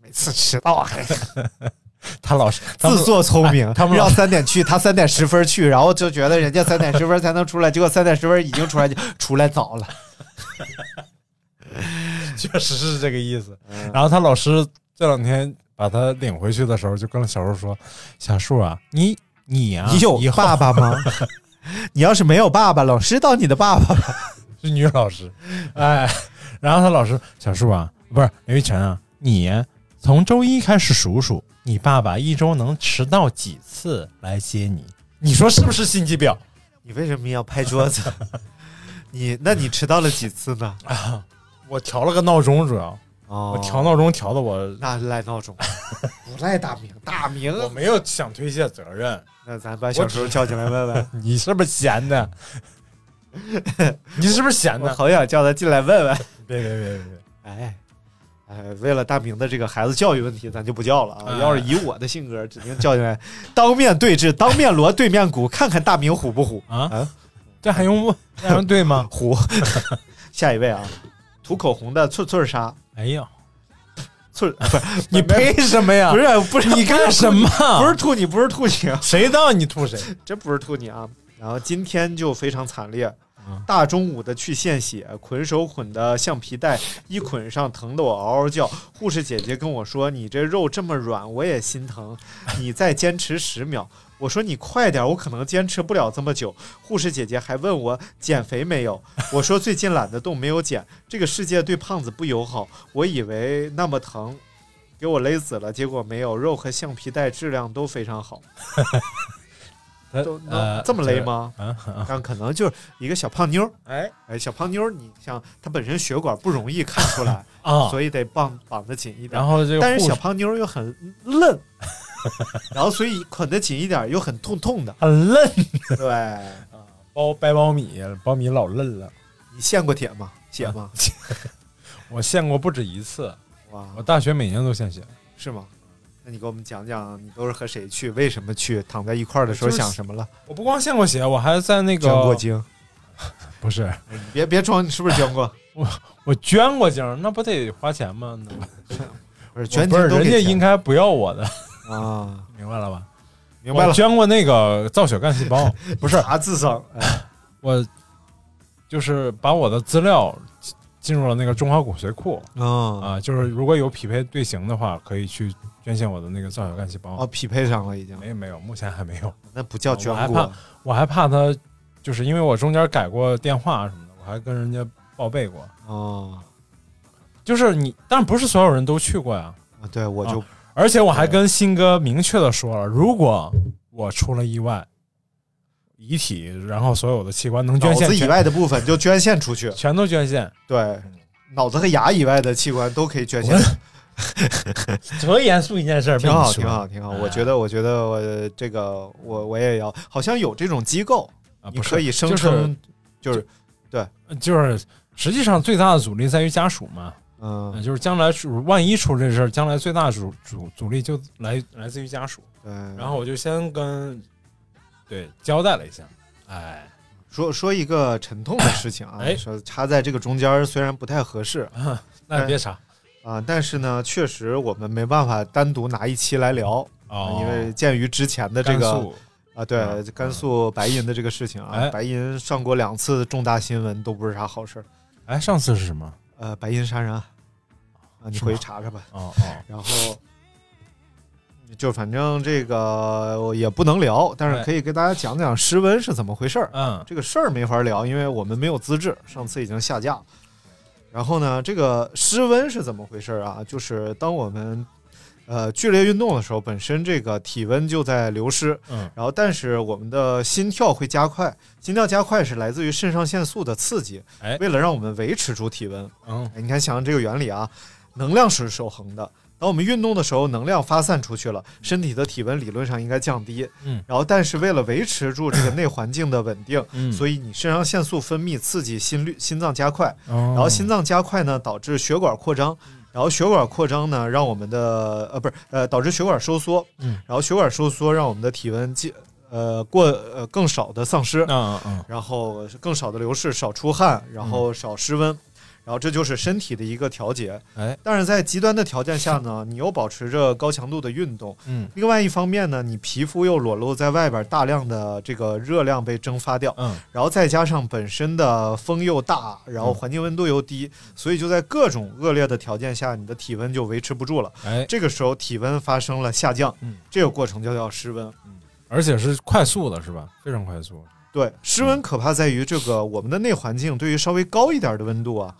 Speaker 5: 每次迟到还
Speaker 4: 他老是他们
Speaker 5: 自作聪明，
Speaker 4: 哎他们
Speaker 5: 让
Speaker 4: 老
Speaker 5: 三点去，他三点十分去，然后就觉得人家三点十分才能出来，结果三点十分已经出来，就出来早了。
Speaker 4: 确实是这个意思。然后他老师这两天把他领回去的时候，就跟小树说：“小树啊，你你啊，
Speaker 5: 你有
Speaker 4: 以后
Speaker 5: 爸爸 吗？你要是没有爸爸，老师当你的爸爸吧。
Speaker 4: 是女老师，哎，然后他老师小树啊，不是刘一晨啊，你从周一开始数数，你爸爸一周能迟到几次来接你？你说是不是心机婊？
Speaker 5: 你为什么要拍桌子？ 你那你迟到了几次 呢？
Speaker 4: 我调了个闹钟，主要
Speaker 5: 哦
Speaker 4: 我调闹钟调的 我。”
Speaker 5: 那赖闹 钟，不赖大明，大明啊
Speaker 4: 我没有想推卸责任，
Speaker 5: 那咱把小时候叫起来问 问，
Speaker 4: 你是不是闲的？ 你是不是闲
Speaker 5: 我
Speaker 4: 的？
Speaker 5: 好想叫他进来问问。
Speaker 4: 别别别别别！
Speaker 5: 哎，哎，为了大明的这个孩子教育问题，咱就不叫了啊。
Speaker 4: 哎
Speaker 5: 要是以我的性格，指定叫进来，当面对质，当面锣对面鼓，看看大明虎不虎？
Speaker 4: 啊，这还用问？这还用对 吗？
Speaker 5: 虎。下一位啊，涂口红的寸寸纱，
Speaker 4: 哎 呀，
Speaker 5: 寸不 是
Speaker 4: 你呸什么呀？
Speaker 5: 不是不是
Speaker 4: 你啊干什？ 么？
Speaker 5: 不是吐你，不是吐你，
Speaker 4: 谁到你吐谁。
Speaker 5: 真不是吐你啊！然后今天就非常惨烈
Speaker 4: 嗯，
Speaker 5: 大中午的去献血，捆手捆的橡皮带，一捆上疼得我嗷嗷叫。护士姐姐跟我说：“你这肉这么软，我也心疼，你再坚持十秒。”我说：“你快点，我可能坚持不了这么久。”护士姐姐还问我减肥没有，我说最近懒得动，没有减。这个世界对胖子不友好，我以为那么疼。给我勒死了，结果没有肉和橡皮带质量都非常好，都能
Speaker 4: 呃
Speaker 5: 这么勒？吗？
Speaker 4: 这啊，啊
Speaker 5: 但可能就是一个小胖妞儿，
Speaker 4: 哎
Speaker 5: 哎，小胖妞儿，你像她本身血管不容易看出来，
Speaker 4: 啊，
Speaker 5: 所以得绑绑得紧一点。
Speaker 4: 然后这个
Speaker 5: 但是
Speaker 4: 护
Speaker 5: 小
Speaker 4: 士
Speaker 5: 胖妞儿又很嫩，然后所以捆得紧一点又很痛痛的。
Speaker 4: 很嫩，
Speaker 5: 对，啊
Speaker 4: 包掰苞米，苞米老嫩了。
Speaker 5: 你献过铁吗？
Speaker 4: 啊
Speaker 5: 血吗？
Speaker 4: 我献过不止一次，
Speaker 5: 哇
Speaker 4: 我，大学每年都献血。
Speaker 5: 是吗？那你给我们讲讲，你都是和谁去？为什么去？躺在一块儿的时候
Speaker 4: 就是
Speaker 5: 想什么了？
Speaker 4: 我不光献过血，我还在那
Speaker 5: 捐过
Speaker 4: 个
Speaker 5: 精？
Speaker 4: 不是
Speaker 5: 哎你别别装，你是不是捐过？
Speaker 4: 我捐过精儿，那不得花钱吗？那不
Speaker 5: 不是捐
Speaker 4: 不
Speaker 5: 精
Speaker 4: 是
Speaker 5: 都
Speaker 4: 人
Speaker 5: 给
Speaker 4: 家
Speaker 5: 钱
Speaker 4: 应该不要我的，
Speaker 5: 啊，
Speaker 4: 明白了吧？
Speaker 5: 明白了
Speaker 4: 我，捐过那个造血干细胞，不是
Speaker 5: 查智商。 哎
Speaker 4: 我就是把我的资料进进入了那个中华骨髓库
Speaker 5: 嗯，
Speaker 4: 啊，就是如果有匹配队形的话，可以去捐献我的那个造血干细胞。
Speaker 5: 哦，匹配上了已经，
Speaker 4: 没有没有，目前还没有。
Speaker 5: 那不叫捐
Speaker 4: 我还
Speaker 5: 过
Speaker 4: 怕。我还怕他，就是因为我中间改过电话什么的，我还跟人家报备过。
Speaker 5: 哦，
Speaker 4: 就是你，但不是所有人都去过呀。
Speaker 5: 啊对，我就、
Speaker 4: 而且我还跟新哥明确的说了，如果我出了意外，遗体然后所有的器官能
Speaker 5: 脑
Speaker 4: 捐献
Speaker 5: 子以
Speaker 4: 全
Speaker 5: 外的部分就捐献出 去，
Speaker 4: 全都捐献。
Speaker 5: 对，脑子和牙以外的器官都可以捐献，
Speaker 4: 多严肃一件事儿，
Speaker 5: 挺好，
Speaker 4: 被你说
Speaker 5: 挺好，挺好。
Speaker 4: 哎
Speaker 5: 我觉得，我觉得我这个我我也要，好像有这种机构，
Speaker 4: 啊！
Speaker 5: 你
Speaker 4: 不是
Speaker 5: 可以声称就是
Speaker 4: 就是实际上最大的阻力在于家属嘛，呃
Speaker 5: 嗯，
Speaker 4: 就是将来出万一出这事儿，将来最大阻阻阻力就来来自于家属。
Speaker 5: 对。
Speaker 4: 然后我就先跟对交代了一下，哎，
Speaker 5: 说说一个沉痛的事情啊，
Speaker 4: 哎
Speaker 5: 说插在这个中间儿虽然不太合适
Speaker 4: 那你别查
Speaker 5: 啊，但是呢，确实我们没办法单独拿一期来聊，啊
Speaker 4: 哦，
Speaker 5: 哎因为鉴于之前的这
Speaker 4: 甘
Speaker 5: 个
Speaker 4: 肃
Speaker 5: 啊，对，
Speaker 4: 嗯
Speaker 5: 甘肃白银的这个事情啊，
Speaker 4: 哎
Speaker 5: 白银上过两次重大新闻，都不是啥好事儿。
Speaker 4: 哎，上次是什么？
Speaker 5: 呃，白银杀人案啊，你
Speaker 4: 是
Speaker 5: 回去
Speaker 4: 吗
Speaker 5: 查查吧。
Speaker 4: 哦哦，
Speaker 5: 然后就反正这个我也不能聊，但是
Speaker 4: 哎
Speaker 5: 可以给大家讲讲诗温是怎么回事儿。
Speaker 4: 嗯，
Speaker 5: 这个事儿没法聊，因为我们没有资质，上次已经下架。然后呢，这个失温是怎么回事儿啊？就是当我们呃剧烈运动的时候，本身这个体温就在流失，
Speaker 4: 嗯，
Speaker 5: 然后但是我们的心跳会加快，心跳加快是来自于肾上腺素的刺激，
Speaker 4: 哎
Speaker 5: 为了让我们维持住体温，
Speaker 4: 嗯
Speaker 5: 哎你看想想这个原理啊，能量是守恒的，当我们运动的时候，能量发散出去了，身体的体温理论上应该降低。
Speaker 4: 嗯
Speaker 5: 然后但是为了维持住这个内环境的稳定，
Speaker 4: 嗯
Speaker 5: 所以你肾上腺素分泌刺激心率，心脏加快，
Speaker 4: 然
Speaker 5: 然后心脏加快呢，导致血管扩张，
Speaker 4: 嗯
Speaker 5: 然后血管扩张呢，让我们的呃不是呃导致血管收缩，
Speaker 4: 嗯
Speaker 5: 然后血管收缩让我们的体温进呃过呃更少的丧失，
Speaker 4: 嗯嗯
Speaker 5: 然后更少的流逝，少出汗，然后少失温。然后这就是身体的一个调节，
Speaker 4: 哎，
Speaker 5: 但是在极端的条件下呢，你又保持着高强度的运动，
Speaker 4: 嗯
Speaker 5: 另外一方面呢，你皮肤又裸露在外边，大量的这个热量被蒸发掉，
Speaker 4: 嗯
Speaker 5: 然后再加上本身的风又大，然后环境温度又低，所以就在各种恶劣的条件下，你的体温就维持不住了。
Speaker 4: 哎，
Speaker 5: 这个时候体温发生了下降，
Speaker 4: 嗯
Speaker 5: 这个过程就叫失温。
Speaker 4: 而且是快速的，是吧？非常快速。
Speaker 5: 对，失温可怕在于这个我们的内环境对于稍微高一点的温度啊，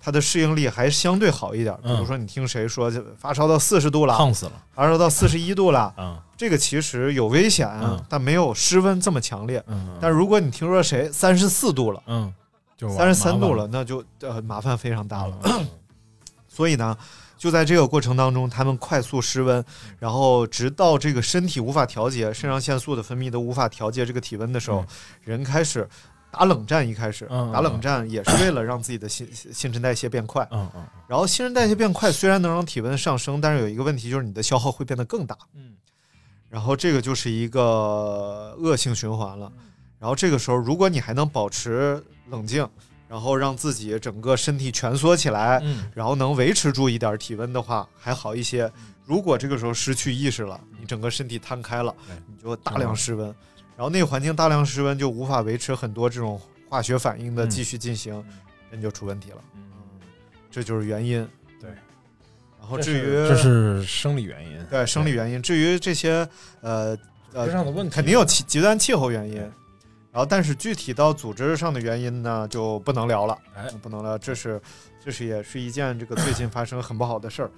Speaker 5: 它的适应力还相对好一点。比
Speaker 4: 嗯
Speaker 5: 如说你听谁说就发烧到四十度了，
Speaker 4: 烫死了
Speaker 5: 发烧到四十一度了，
Speaker 4: 啊！
Speaker 5: 这个其实有危险，啊
Speaker 4: 嗯
Speaker 5: 但没有失温这么强烈。
Speaker 4: 嗯，
Speaker 5: 但如果你听说谁三十四度了，
Speaker 4: 嗯，就
Speaker 5: 三十三度了，那就呃麻烦非常
Speaker 4: 嗯
Speaker 5: 大了。所以呢，就在这个过程当中，他们快速失温，
Speaker 4: 嗯
Speaker 5: 然后直到这个身体无法调节，肾上腺素的分泌都无法调节这个体温的时候，
Speaker 4: 嗯
Speaker 5: 人开始打冷战。一开始、
Speaker 4: 嗯嗯
Speaker 5: 打冷战也是为了让自己的新新陈代谢变快。
Speaker 4: 嗯嗯
Speaker 5: 然后新陈代谢变快，虽然能让体温上升，但是有一个问题就是你的消耗会变得更大。
Speaker 4: 嗯
Speaker 5: 然后这个就是一个恶性循环了。然后这个时候，如果你还能保持冷静，然后让自己整个身体蜷缩起来，
Speaker 4: 嗯
Speaker 5: 然后能维持住一点体温的话，还好一些。如果这个时候失去意识了，你整个身体摊开了
Speaker 4: 嗯对，
Speaker 5: 你就大量失温，然后内环境大量失温就无法维持很多这种化学反应的
Speaker 4: 嗯
Speaker 5: 继续进行，人就出问题了。
Speaker 4: 嗯，
Speaker 5: 这就是原因。
Speaker 4: 对。
Speaker 5: 然后至于
Speaker 4: 这是生理原因，
Speaker 5: 对生理原因，至于这些呃呃
Speaker 4: 身上的问题啊
Speaker 5: 肯定有极极端气候原因。然后，但是具体到组织上的原因呢，就不能聊了，
Speaker 4: 哎
Speaker 5: 不能聊。这是，这是也是一件这个最近发生很不好的事儿。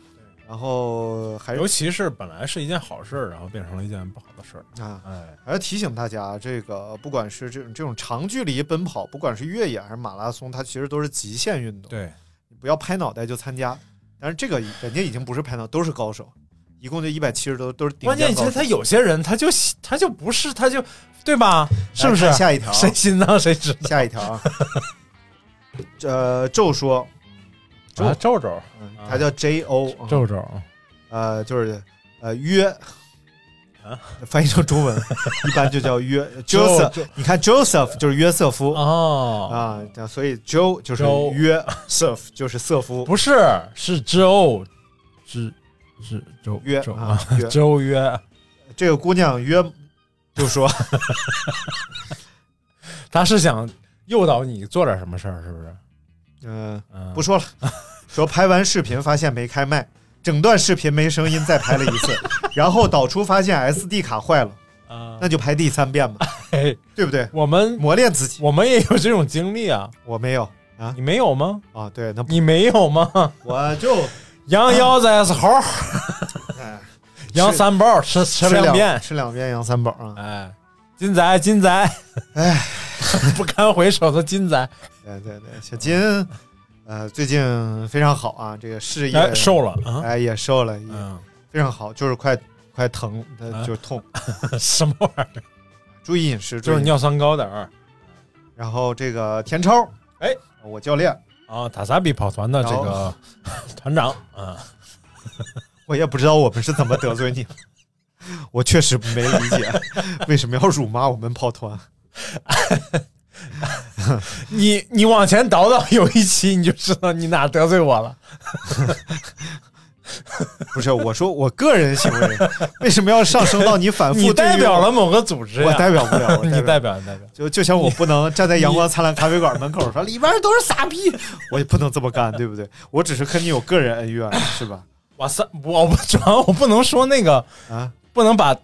Speaker 5: 然后还
Speaker 4: 尤
Speaker 5: 是
Speaker 4: 其是本来是一件好事儿，然后变成了一件不好的事儿。
Speaker 5: 啊，
Speaker 4: 哎，
Speaker 5: 还是提醒大家，这个不管是这种这种长距离奔跑，不管是越野还是马拉松，它其实都是极限运动，
Speaker 4: 对，
Speaker 5: 你不要拍脑袋就参加。但是这个人家已经不是拍脑，都是高手，一共就一百七十多，都是顶
Speaker 4: 关键
Speaker 5: 尖
Speaker 4: 其
Speaker 5: 高
Speaker 4: 实
Speaker 5: 手
Speaker 4: 他。有些人他就他就不是他就对吧？是不是
Speaker 5: 来？
Speaker 4: 啊
Speaker 5: 看下一条，
Speaker 4: 谁心脏谁知
Speaker 5: 下一条啊， 呃，咒说，
Speaker 4: 道？啊皱皱
Speaker 5: 嗯
Speaker 4: 啊
Speaker 5: 他叫 J O，啊
Speaker 4: 皱皱，
Speaker 5: 呃，就是呃约
Speaker 4: 啊，
Speaker 5: 翻译成中文一般就叫约 Joseph。你看 Joseph 就是约瑟夫
Speaker 4: 哦，
Speaker 5: 啊，所以 Joe 就是
Speaker 4: Joe
Speaker 5: 约，Seth 就是瑟夫，
Speaker 4: 不是是周，是是周
Speaker 5: 约
Speaker 4: 周
Speaker 5: 啊约。
Speaker 4: 周约，
Speaker 5: 这个姑娘约就说，
Speaker 4: 他是想诱导你做点什么事儿，是不是？
Speaker 5: 嗯，
Speaker 4: 嗯，
Speaker 5: 不说了，说拍完视频发现没开麦，整段视频没声音，再拍了一次，然后导出发现 SD 卡坏了，
Speaker 4: 啊，
Speaker 5: 那就拍第三遍吧。
Speaker 4: 嘿
Speaker 5: 对不对？
Speaker 4: 我们
Speaker 5: 磨练自己，
Speaker 4: 我们也有这种经历啊，
Speaker 5: 我没有啊
Speaker 4: 你没有吗？
Speaker 5: 啊，对，那
Speaker 4: 你没有吗？
Speaker 5: 我就
Speaker 4: 羊腰子 是猴，
Speaker 5: 哎
Speaker 4: 羊
Speaker 5: 吃
Speaker 4: 三包吃
Speaker 5: 吃
Speaker 4: 吃两遍。
Speaker 5: 吃两遍羊三宝啊，
Speaker 4: 哎，金仔金仔，
Speaker 5: 哎，
Speaker 4: 不堪回首的 金仔，
Speaker 5: 对对对，小金，呃，最近非常好啊，这个事业
Speaker 4: 哎，瘦了啊，
Speaker 5: 哎也瘦了，也
Speaker 4: 嗯，
Speaker 5: 非常好，就是快快疼，呃
Speaker 4: 啊
Speaker 5: 就是痛，
Speaker 4: 什么玩意儿？
Speaker 5: 注意饮食，
Speaker 4: 就
Speaker 5: 注
Speaker 4: 是
Speaker 5: 意饮食。
Speaker 4: 尿酸高点儿
Speaker 5: 然后这个田超，
Speaker 4: 哎，
Speaker 5: 我教练，
Speaker 4: 啊。塔萨比跑团的这
Speaker 5: 然
Speaker 4: 个
Speaker 5: 后
Speaker 4: 团长啊，
Speaker 5: 我也不知道我们是怎么得罪你。我确实没理解为什么要辱骂我们跑团。
Speaker 4: 你你往前倒倒有一期，你就知道你哪得罪我了。
Speaker 5: 不是，我说我个人行为，为什么要上升到你反复？
Speaker 4: 你代表了，某个组织
Speaker 5: 我
Speaker 4: 呀，
Speaker 5: 代表不了，我
Speaker 4: 你
Speaker 5: 代
Speaker 4: 代
Speaker 5: 表。
Speaker 4: 表你代表。
Speaker 5: 就就像我不能站在阳光灿烂咖啡馆门口说里边都是傻逼，我也不能这么干，对不对？我只是和你有个人恩怨，是吧？
Speaker 4: 哇塞，我不主要我不能说那个，
Speaker 5: 啊，
Speaker 4: 不能把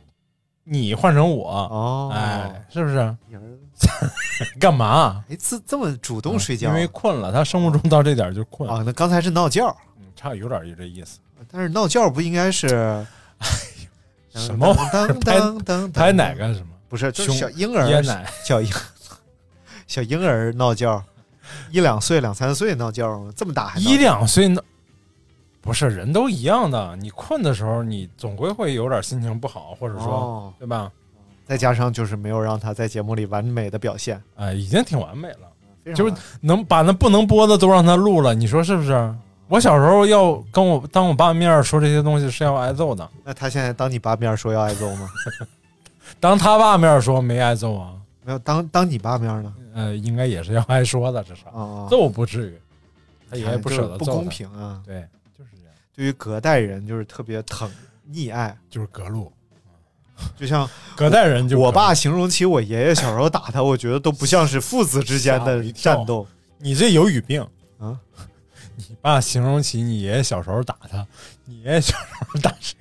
Speaker 4: 你换成我，
Speaker 5: 哦，
Speaker 4: 哎，，是不是？
Speaker 5: 你儿子
Speaker 4: 干嘛？啊
Speaker 5: 哎，这这么主动睡觉，
Speaker 4: 因为困了，他生物钟到这点儿就困，
Speaker 5: 啊，那刚才是闹觉，
Speaker 4: 嗯差有点儿这意思。
Speaker 5: 但是闹觉不应该是
Speaker 4: 什么玩意
Speaker 5: 当
Speaker 4: 儿？
Speaker 5: 当当
Speaker 4: 拍哪？个什么
Speaker 5: 不是，就是
Speaker 4: 胸
Speaker 5: 小婴
Speaker 4: 椰
Speaker 5: 儿，
Speaker 4: 奶？
Speaker 5: 小婴小婴儿闹觉，一两岁、两三岁闹觉，这么大还闹
Speaker 4: 一两岁呢？不是人都一样的，你困的时候，你总归会有点心情不好，或者说、
Speaker 5: 哦
Speaker 4: 对吧？
Speaker 5: 再加上就是没有让他在节目里完美的表现，
Speaker 4: 哎，已经挺完美了，
Speaker 5: 非常
Speaker 4: 就是
Speaker 5: 好
Speaker 4: 能把那不能播的都让他录了，你说是不是？我小时候要跟我当我爸面说这些东西是要挨揍的，
Speaker 5: 那他现在当你爸面说要挨揍吗？
Speaker 4: 当他爸面说没挨揍啊，
Speaker 5: 没有，当当你爸面呢？
Speaker 4: 呃，应该也是要挨说的，至少、
Speaker 5: 啊、
Speaker 4: 揍不至于，他
Speaker 5: 看
Speaker 4: 也不舍
Speaker 5: 哎就是
Speaker 4: 得揍
Speaker 5: 不
Speaker 4: 他
Speaker 5: 公，平啊！
Speaker 4: 对，就是这样，
Speaker 5: 对于隔代人就是特别疼溺爱，
Speaker 4: 就是隔路，
Speaker 5: 就像
Speaker 4: 隔代人就
Speaker 5: 我
Speaker 4: 隔路，
Speaker 5: 爸形容起我爷爷小时候打他，我觉得都不像是父子之间
Speaker 4: 吓我
Speaker 5: 的
Speaker 4: 一跳
Speaker 5: 战斗。
Speaker 4: 你这有语病
Speaker 5: 啊！
Speaker 4: 你爸形容起你爷爷小时候打他，你爷爷小时候打谁？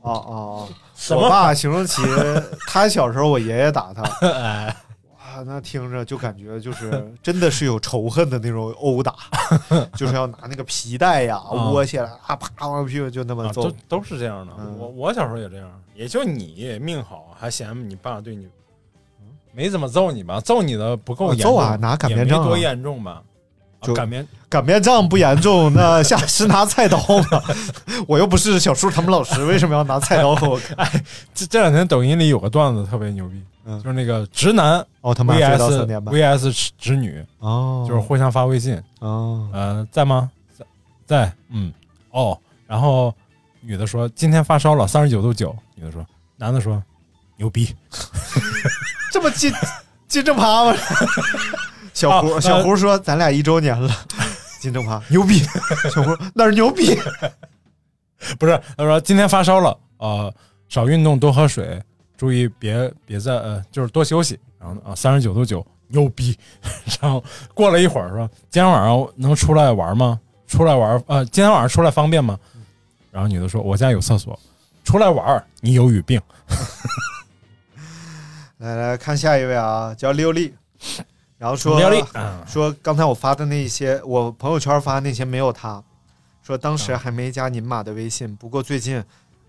Speaker 5: 哦哦
Speaker 4: 什
Speaker 5: 哦！
Speaker 4: 么
Speaker 5: 我爸形容起 他小时候我爷爷打他，
Speaker 4: 哎，
Speaker 5: 哇，那听着就感觉就是真的是有仇恨的那种殴 打，就是要拿那个皮带呀
Speaker 4: 啊
Speaker 5: 窝起来啊，啪往屁股就那么
Speaker 4: 啊、
Speaker 5: 揍
Speaker 4: 都。都是这样的。
Speaker 5: 嗯
Speaker 4: 我我小时候也这样，也就你命好，还嫌你爸对你没怎么揍你吧？揍你的不够
Speaker 5: 嗯啊
Speaker 4: 严重
Speaker 5: 揍啊拿擀面
Speaker 4: 也
Speaker 5: 杖啊
Speaker 4: 没多严重吧？啊
Speaker 5: 就
Speaker 4: 擀面
Speaker 5: 擀面杖不严重，那下是拿菜刀吗？我又不是小树他们老师，为什么要拿菜刀 和我砍？
Speaker 4: 这这两天抖音里有个段子特别牛逼，
Speaker 5: 嗯
Speaker 4: 就是那个直男
Speaker 5: 奥特曼飞到三
Speaker 4: VS
Speaker 5: 点半
Speaker 4: VS 直女，
Speaker 5: 哦，
Speaker 4: 就是互相发微信，
Speaker 5: 哦，
Speaker 4: 呃，在吗？在，在，嗯，哦，然后女的说今天发烧了，三十九度九，女的说，男的说牛逼，
Speaker 5: 这么金金正趴 吗？小胡
Speaker 4: 啊
Speaker 5: 小胡说咱俩一周年了， 金正趴
Speaker 4: 牛逼，
Speaker 5: 小胡那是牛 逼，
Speaker 4: 不是，他说今天发烧了，呃，少运动，多喝水，注意别别再呃，就是多休息。然后呢啊，三十九度九，牛逼。 然后过了一会儿说，今天晚上能出来玩吗？出来玩，呃，今天晚上出来方便吗？然后女的说，我家有厕所，出来玩儿，你有语病。
Speaker 5: 来来看下一位啊，叫六力，然后说
Speaker 4: 不要力啊
Speaker 5: 说刚才我发的那些，我朋友圈发那些没有他，说当时还没加您妈的微信，不过最近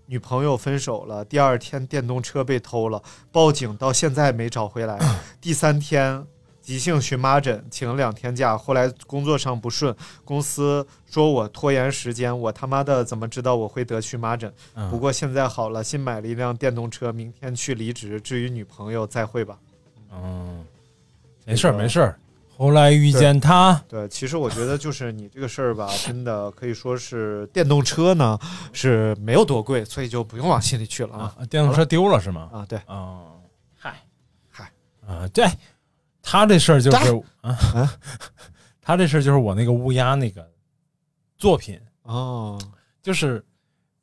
Speaker 5: 女朋友分手了，第二天电动车被偷了，报警到现在没找回来，第三天。急性荨麻疹，请了两天假。后来工作上不顺，公司说我拖延时间，我他妈的怎么知道我会得荨麻疹？
Speaker 4: 嗯
Speaker 5: 不过现在好了，新买了一辆电动车，明天去离职。至于女朋友，再会吧。
Speaker 4: 嗯，没事儿没事儿。后来遇见他，
Speaker 5: 对，其实我觉得就是你这个事儿吧，真的可以说是电动车呢是没有多贵，所以就不用往心里去了
Speaker 4: 啊
Speaker 5: 啊，
Speaker 4: 电动车丢了是吗？
Speaker 5: 啊！对，
Speaker 4: 啊，嗨
Speaker 5: 嗨
Speaker 4: 啊，对，他这事儿就是
Speaker 5: 对
Speaker 4: 啊， 他这事儿就是我那个乌鸦那个作品，
Speaker 5: 哦
Speaker 4: 就是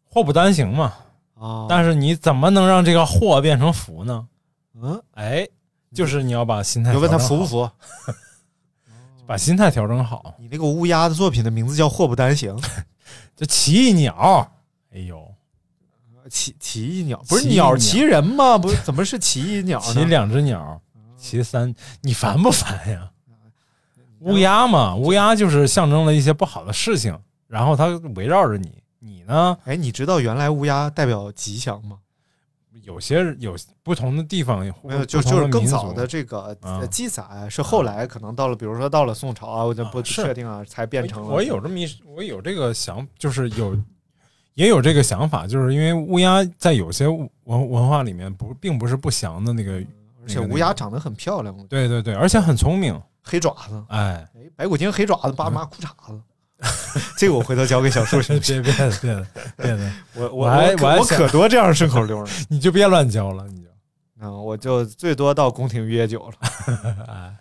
Speaker 4: 祸不单行嘛。
Speaker 5: 哦，
Speaker 4: 但是你怎么能让这个祸变成福呢？
Speaker 5: 嗯，
Speaker 4: 哎，就是你要把心态
Speaker 5: 你就问他
Speaker 4: 调整
Speaker 5: 服
Speaker 4: 好
Speaker 5: 不，服？
Speaker 4: 把心态调整好。
Speaker 5: 你那个乌鸦的作品的名字叫《祸不单行》，
Speaker 4: 这奇异鸟，哎呦，
Speaker 5: 奇奇异鸟不是
Speaker 4: 奇异鸟
Speaker 5: 鸟奇人吗？不是怎么是奇异鸟
Speaker 4: 骑
Speaker 5: 呢？
Speaker 4: 两只鸟，
Speaker 5: 嗯
Speaker 4: 骑三，你烦不烦呀？乌鸦嘛，乌鸦就是象征了一些不好的事情，然后它围绕着你，你呢？
Speaker 5: 哎，你知道原来乌鸦代表吉祥吗？
Speaker 4: 有些有不同的地方，
Speaker 5: 没有，就就是更早的
Speaker 4: 的
Speaker 5: 这个呃
Speaker 4: 啊
Speaker 5: 记载是后来可能到了，比如说到了宋朝啊，我就不
Speaker 4: 啊是
Speaker 5: 确定啊，才变成了。
Speaker 4: 我有这么一，我有这个想，就是有也有这个想法，就是因为乌鸦在有些文文化里面不并不是不祥的那个，
Speaker 5: 而且乌鸦长得很漂亮，
Speaker 4: 对对对，而且很聪明，
Speaker 5: 黑爪子，
Speaker 4: 哎，
Speaker 5: 哎，白骨精黑爪子，爸妈裤衩 子。这个我回头交给小树行
Speaker 4: 别
Speaker 5: 不行？
Speaker 4: 别别别别别，
Speaker 5: 我 我
Speaker 4: 我还
Speaker 5: 可
Speaker 4: 我还
Speaker 5: 我
Speaker 4: 想
Speaker 5: 可多这样顺口溜呢。
Speaker 4: 你就别乱教了，你就
Speaker 5: 嗯，我就最多到宫廷约酒了。
Speaker 4: 哎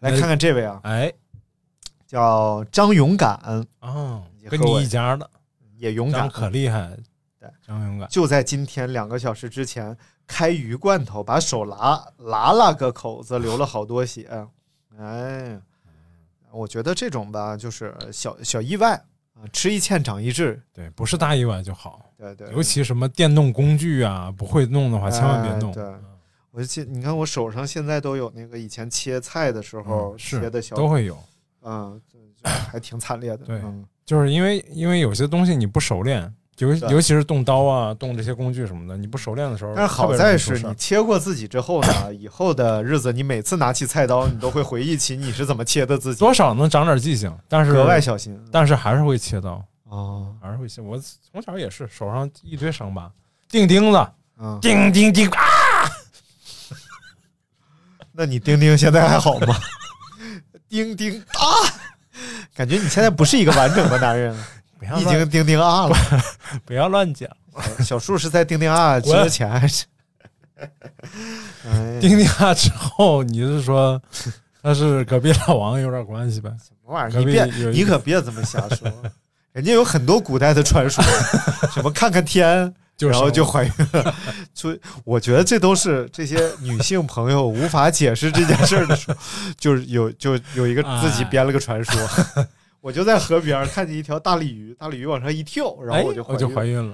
Speaker 5: 来看看这位啊，
Speaker 4: 哎
Speaker 5: 叫张勇敢，
Speaker 4: 哦
Speaker 5: 你，
Speaker 4: 跟
Speaker 5: 和我
Speaker 4: 你一家的，
Speaker 5: 也勇
Speaker 4: 张
Speaker 5: 敢。
Speaker 4: 可厉害
Speaker 5: 对，
Speaker 4: 张勇敢，
Speaker 5: 就在今天两个小时之前，开鱼罐头把手拉拉拉个口子，流了好多血。哎，我觉得这种吧，就是小小意外啊，吃一堑长一智。
Speaker 4: 对，不是大意外就好，
Speaker 5: 对对，
Speaker 4: 尤其什么电动工具啊，不会弄的话千万别
Speaker 5: 哎
Speaker 4: 弄，嗯
Speaker 5: 对我就记，你看我手上现在都有那个以前切菜的时候
Speaker 4: 嗯
Speaker 5: 切
Speaker 4: 是
Speaker 5: 的小，
Speaker 4: 都会有。
Speaker 5: 嗯，就就还挺惨烈的。
Speaker 4: 对
Speaker 5: 嗯
Speaker 4: 就是因为因为有些东西你不熟练，尤
Speaker 5: 对
Speaker 4: 尤其是动刀啊、动这些工具什么的，你不熟练的时候，
Speaker 5: 但是好
Speaker 4: 特别容易
Speaker 5: 在
Speaker 4: 出
Speaker 5: 是
Speaker 4: 事儿
Speaker 5: 你切过自己之后呢，以后的日子你每次拿起菜刀，你都会回忆起你是怎么切的自己，
Speaker 4: 多少能长点记性，但是
Speaker 5: 格外小心
Speaker 4: 但是还是会切刀，
Speaker 5: 哦，
Speaker 4: 还是会切。我从小也是手上一堆伤疤，钉钉子，
Speaker 5: 嗯，
Speaker 4: 钉钉钉啊！
Speaker 5: 那你丁丁现在还好吗？ 丁丁啊，感觉你现在不是一个完整的男人了，
Speaker 4: 不要
Speaker 5: 你已
Speaker 4: 乱
Speaker 5: 经丁丁啊了。
Speaker 4: 不要乱讲，
Speaker 5: 小树是在丁丁啊之
Speaker 4: 滚
Speaker 5: 前还是？ 哎，
Speaker 4: 钉钉啊之后，你是说他是隔壁老王有点关系呗？
Speaker 5: 什么玩意儿？
Speaker 4: 隔
Speaker 5: 你
Speaker 4: 壁
Speaker 5: 别，
Speaker 4: 有一
Speaker 5: 你可别这么瞎说。人家有很多古代的传说， 什么看看天，
Speaker 4: 就
Speaker 5: 然后
Speaker 4: 生
Speaker 5: 就怀孕了。所以我觉得这都是这些女性朋友无法解释这件事儿的时候， 就是有就有一个自己编了个传说。
Speaker 4: 啊
Speaker 5: 我就在河边儿看见一条大鲤鱼，大鲤鱼往上一跳，然
Speaker 4: 哎
Speaker 5: 后我就
Speaker 4: 我就怀
Speaker 5: 孕
Speaker 4: 孕了。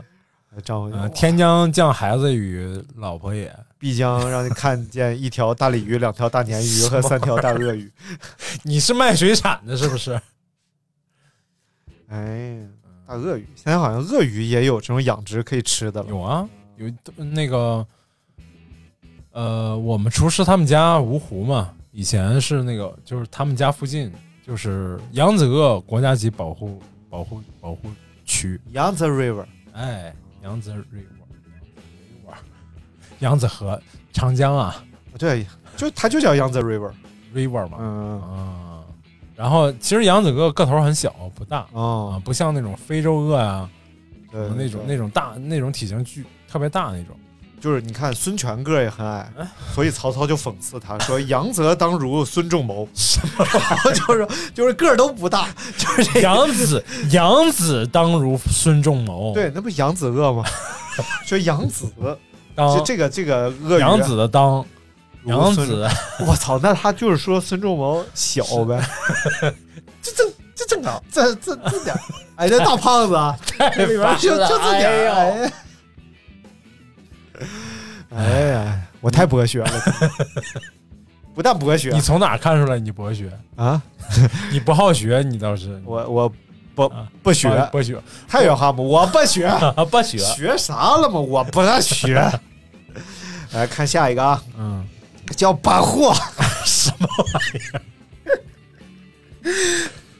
Speaker 5: 了。张文
Speaker 4: 啊，
Speaker 5: 哇
Speaker 4: 天将降孩子与老婆也，
Speaker 5: 必将让你看见一条大鲤鱼、两条大鲶鱼和三条大鳄鱼。
Speaker 4: 你是卖水产的，是 不是？
Speaker 5: 哎，大鳄鱼现在好像鳄鱼也有这种养殖可以吃的了。
Speaker 4: 有啊，有那个，呃，我们厨师他们家芜湖嘛，以前是那个，就是他们家附近就是扬子鳄国家级保护保护保护区，
Speaker 5: Yangtze River，
Speaker 4: 哎，扬子 river，扬子河，长江啊
Speaker 5: 对，就它就叫 Yangtze River。
Speaker 4: ，river 嘛，
Speaker 5: 嗯，
Speaker 4: 啊，然后其实扬子鳄个头很小，不大啊，
Speaker 5: 哦，
Speaker 4: 不像那种非洲鳄啊，
Speaker 5: 对，
Speaker 4: 那种
Speaker 5: 对
Speaker 4: 那种大那种体型巨特别大那种。哎
Speaker 5: 就是你看孙权个儿也很矮，所以曹操就讽刺他说：“杨则当如孙仲谋。” 然后就是就是个儿都不大， 就是这个。
Speaker 4: 杨子，杨子当如孙仲谋。，
Speaker 5: 对，那不杨子鳄吗？ 说杨子，
Speaker 4: 当
Speaker 5: 就这个这个鳄鱼，
Speaker 4: 哦
Speaker 5: 啊
Speaker 4: 杨子的当，
Speaker 5: 如
Speaker 4: 杨
Speaker 5: 孙
Speaker 4: 子，
Speaker 5: 我操，那他就是说孙仲谋小呗， 这正这正常，这这这点儿，哎，这大胖子 啊，这里边就就这点儿，哎呀，哎呀，我太博学 了，不但博学
Speaker 4: 你从哪看出来你博学？
Speaker 5: 啊，
Speaker 4: 你不好学，你倒是
Speaker 5: 我我不
Speaker 4: 啊
Speaker 5: 不学，
Speaker 4: 不学，
Speaker 5: 太原话吗？我不学，
Speaker 4: 不学。
Speaker 5: 学啥了吗？我不 学。来看下一个啊，
Speaker 4: 嗯，
Speaker 5: 叫把 货，
Speaker 4: 什么玩意儿？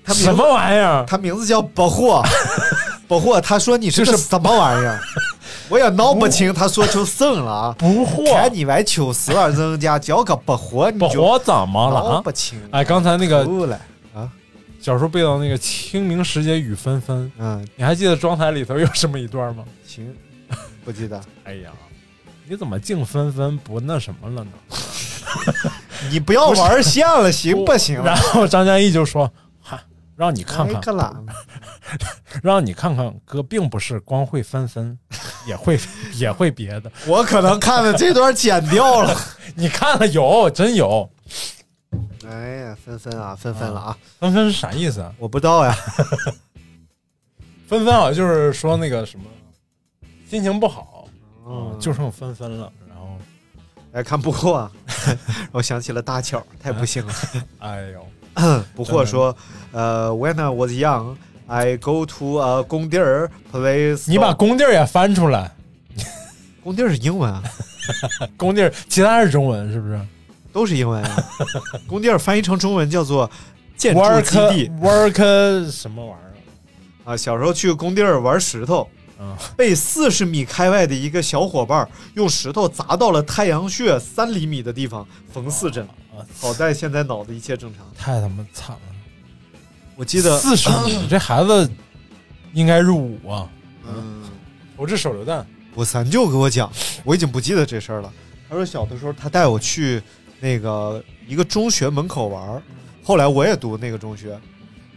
Speaker 5: 他名字
Speaker 4: 什么玩意儿？
Speaker 5: 他名字叫保霍， 保霍，他说你这是什么玩意儿？我也闹不清，他说成什了啊！
Speaker 4: 不惑
Speaker 5: 看，你们九十二啊人家叫个不活，你
Speaker 4: 不
Speaker 5: 就
Speaker 4: 惑怎么了
Speaker 5: 闹
Speaker 4: 啊
Speaker 5: 不？清。
Speaker 4: 哎，刚才那个
Speaker 5: 吐了，啊，
Speaker 4: 小时候背到那个“清明时节雨纷纷
Speaker 5: 嗯”，，
Speaker 4: 你还记得妆台里头有这么一段吗？
Speaker 5: 行，不记得。
Speaker 4: 哎呀，你怎么净纷纷不那什么 了呢？
Speaker 5: 你不要玩线了，行不行？
Speaker 4: 然后张嘉译就说：“哈，让你看
Speaker 5: 哎
Speaker 4: 看，
Speaker 5: 个懒，
Speaker 4: 让你看看，哥并不是光会翻身， 也会也会别的。
Speaker 5: 我可能看的这段剪掉 了。
Speaker 4: 你看了有真有
Speaker 5: 哎呀，纷纷啊，纷纷了啊！
Speaker 4: 纷纷是啥意思啊？
Speaker 5: 我不知道呀，
Speaker 4: 纷纷好像就是说那个什么，心情不好，嗯，就剩纷纷了。然后，
Speaker 5: 来看不惑 啊，我想起了大巧，太不幸了。
Speaker 4: 哎呦，
Speaker 5: 不惑说，呃，When I was young, I go to a 工地儿 place。
Speaker 4: 你把工地儿也翻出来，
Speaker 5: 工地儿是英文啊，
Speaker 4: 工地儿其他是中文是不是
Speaker 5: 都是英文 啊。工地儿翻译成中文叫做建筑基地
Speaker 4: ？work work 什么玩意儿？
Speaker 5: 啊。小时候去工地儿玩石头
Speaker 4: 嗯。
Speaker 5: 被四十米开外的一个小伙伴儿用石头砸到了太阳穴三厘米的地方，缝四针。
Speaker 4: 啊，
Speaker 5: 好在现在脑子一切正常。
Speaker 4: 太他妈惨了！
Speaker 5: 我记得，
Speaker 4: 四十米，这孩子应该入伍啊！
Speaker 5: 嗯，
Speaker 4: 投掷手榴弹，
Speaker 5: 我三舅给我讲，我已经不记得这事儿了。他说小的时候他带我去那个一个中学门口玩
Speaker 4: 嗯
Speaker 5: 儿，后来我也读那个中学，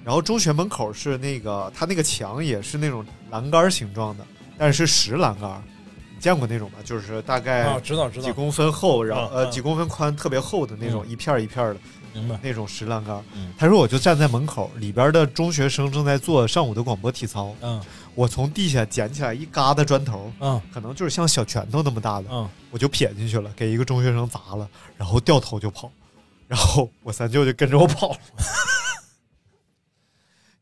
Speaker 5: 然后中学门口是那个他那个墙也是那种栏杆儿形状的，但是是石栏杆儿，你见过那种吧？就是大
Speaker 4: 啊，
Speaker 5: 概
Speaker 4: 知道知
Speaker 5: 几
Speaker 4: 道，
Speaker 5: 公分厚，然后
Speaker 4: 啊
Speaker 5: 呃
Speaker 4: 啊
Speaker 5: 几公分宽，特别厚的那种，
Speaker 4: 嗯
Speaker 5: 一片儿一片儿的
Speaker 4: 明白。
Speaker 5: 那种石栏杆儿
Speaker 4: 嗯。
Speaker 5: 他说我就站在门口，里边的中学生正在做上午的广播体操，
Speaker 4: 嗯
Speaker 5: 我从地下捡起来一疙瘩砖头。
Speaker 4: 嗯
Speaker 5: 可能就是像小拳头那么大的，
Speaker 4: 嗯，
Speaker 5: 我就撇进去了，给一个中学生砸了，然后掉头就跑，然后我三舅就跟着我跑了。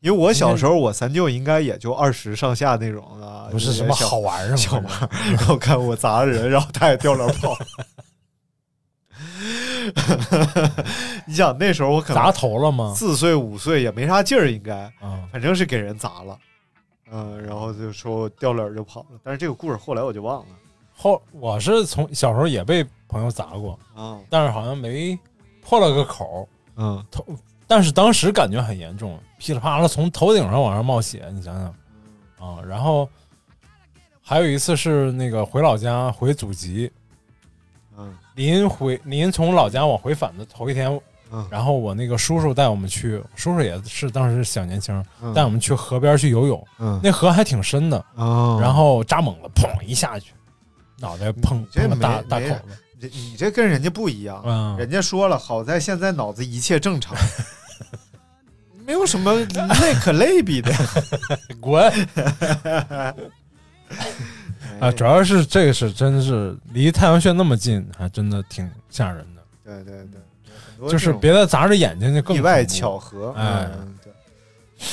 Speaker 5: 因为我小时候我三舅应该也就二十上下那种的，
Speaker 4: 不是什么好玩儿
Speaker 5: 小
Speaker 4: 什
Speaker 5: 玩
Speaker 4: 么
Speaker 5: 儿，然后看我砸人，然后他也掉脸跑。 你想那时候我可
Speaker 4: 砸
Speaker 5: 能
Speaker 4: 头了 吗？
Speaker 5: 四岁五岁也没啥劲儿，应该
Speaker 4: 啊，
Speaker 5: 反正是给人砸了，嗯，然后就说掉脸儿就跑了。但是这个故事后来我就忘了
Speaker 4: 后我是从小时候也被朋友砸过，
Speaker 5: 啊，
Speaker 4: 但是好像没破了个口，
Speaker 5: 嗯，
Speaker 4: 但是当时感觉很严重，噼里啪啦从头顶上往上冒血，你想想啊。然后还有一次是那个回老家回祖籍，
Speaker 5: 嗯
Speaker 4: 临回临从老家往回返的头一天，
Speaker 5: 嗯
Speaker 4: 然后我那个叔叔带我们去，叔叔也是当时小年轻，
Speaker 5: 嗯
Speaker 4: 带我们去河边去游泳，
Speaker 5: 嗯
Speaker 4: 那河还挺深的，
Speaker 5: 哦
Speaker 4: 然后扎猛了，砰一下去，脑袋碰
Speaker 5: 你这
Speaker 4: 碰了
Speaker 5: 没
Speaker 4: 大
Speaker 5: 没啊
Speaker 4: 大口子，
Speaker 5: 这你这跟人家不一样，
Speaker 4: 嗯
Speaker 5: 人家说了，好在现在脑子一切正 常，没有什么类可类比的
Speaker 4: 滚啊！
Speaker 5: 哎
Speaker 4: 主要是这个是真是离太阳穴那么近，还真的挺吓人的。
Speaker 5: 对对对，很多
Speaker 4: 就是
Speaker 5: 这种
Speaker 4: 别再砸着眼睛就更
Speaker 5: 意外
Speaker 4: 恐怖
Speaker 5: 巧合，
Speaker 4: 哎
Speaker 5: 嗯，对，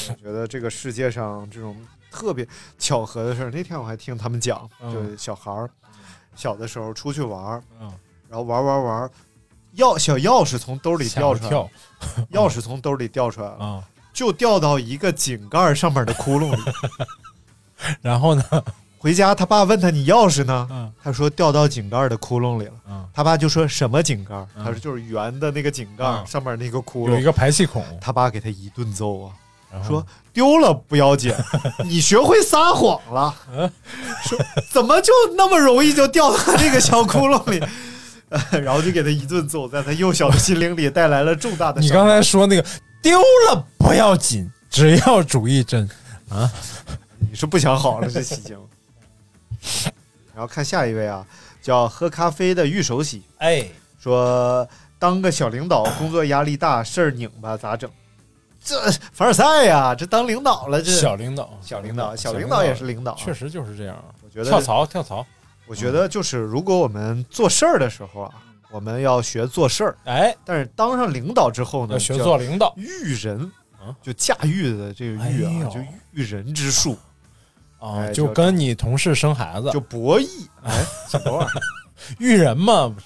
Speaker 5: 我觉得这个世界上这种特别巧合的事儿，那天我还听他们讲，
Speaker 4: 嗯
Speaker 5: 就是小孩儿小的时候出去玩儿，
Speaker 4: 嗯，
Speaker 5: 然后玩儿玩儿玩儿，钥小钥匙从兜里
Speaker 4: 吓
Speaker 5: 掉
Speaker 4: 我
Speaker 5: 出来了，
Speaker 4: 跳
Speaker 5: 钥匙从兜里掉出来了，
Speaker 4: 啊！
Speaker 5: 就掉到一个井盖儿上面的窟窿里。
Speaker 4: 然后呢，
Speaker 5: 回家，他爸问他你钥匙呢？
Speaker 4: 嗯
Speaker 5: 他说掉到井盖的窟窿里了。
Speaker 4: 嗯，
Speaker 5: 他爸就说什么井盖？
Speaker 4: 嗯
Speaker 5: 他说就是圆的那个井盖、
Speaker 4: 嗯
Speaker 5: 上面那个窟
Speaker 4: 有一
Speaker 5: 窿。
Speaker 4: 个排气孔，
Speaker 5: 他爸给他一顿揍啊，
Speaker 4: 然后
Speaker 5: 说丢了不要 紧，你学会撒谎了。说怎么就那么容易就掉到那个小窟窿里？ 呃然后就给他一顿揍，在他幼小的心灵里带来了重大的
Speaker 4: 你
Speaker 5: 伤害。
Speaker 4: 刚才说那个丢了不要紧，只要主意真。
Speaker 5: 你是不想好了这喜庆。 然后看下一位啊，叫喝咖啡的玉手洗。
Speaker 4: 哎，
Speaker 5: 说当个小领导，工作压力大，事儿拧巴，咋整？这凡尔赛呀、这当领导了，这
Speaker 4: 小领导，
Speaker 5: 小领导，小领导也是领导啊、
Speaker 4: 确实就是这样。
Speaker 5: 我觉得
Speaker 4: 跳槽，跳槽，
Speaker 5: 我觉得就是，如果我们做事儿的时候啊，我们要学做事儿，
Speaker 4: 哎，
Speaker 5: 但是当上领导之后呢，
Speaker 4: 要学
Speaker 5: 叫
Speaker 4: 做领导。
Speaker 5: 驭人
Speaker 4: 啊。
Speaker 5: 就驾驭的这个驭啊，
Speaker 4: 哎呦
Speaker 5: 就驭人之术，
Speaker 4: 啊，
Speaker 5: 哎
Speaker 4: 就
Speaker 5: 就
Speaker 4: 跟你同事生孩子
Speaker 5: 就博弈。哎，什么玩意
Speaker 4: 育人嘛，不是？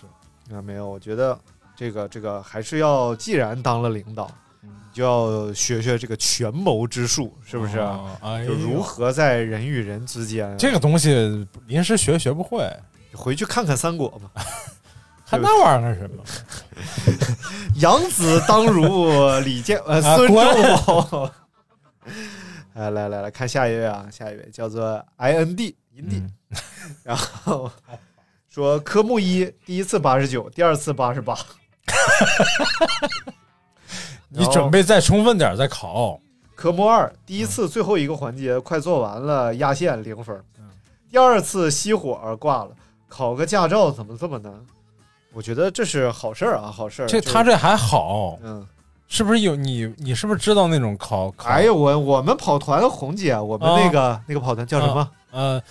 Speaker 5: 儿？啊，没有，我觉得这个这个还是要，既然当了领导，你
Speaker 4: 嗯
Speaker 5: 就要学学这个权谋之术，是不是？啊
Speaker 4: 哦哎呦，
Speaker 5: 就如何在人与人之间，
Speaker 4: 这个东西临时学学不会，
Speaker 5: 回去看看三国吧。
Speaker 4: 看那玩意儿干什么？
Speaker 5: 养子当如李建呃
Speaker 4: 啊
Speaker 5: 孙
Speaker 4: 关
Speaker 5: 仲谋。 哎，来来来看下一位啊，下一位叫做 I N D 银帝，
Speaker 4: 嗯
Speaker 5: 然后 说科目一第一次八十九，第二次八十八，
Speaker 4: 你准备再充分点儿再考，
Speaker 5: 科目二第一次最后一个环节快做完了，压线零分儿。第二次熄火挂了，考个驾照怎么这么难？我觉得这是好事儿啊，好事儿。
Speaker 4: 这
Speaker 5: 就是
Speaker 4: 他这还好，
Speaker 5: 嗯，
Speaker 4: 是不是有你？你是不是知道那种考？考
Speaker 5: 哎呦，我我们跑团红姐，我们那
Speaker 4: 啊
Speaker 5: 个、那个跑团叫什么？
Speaker 4: 呃，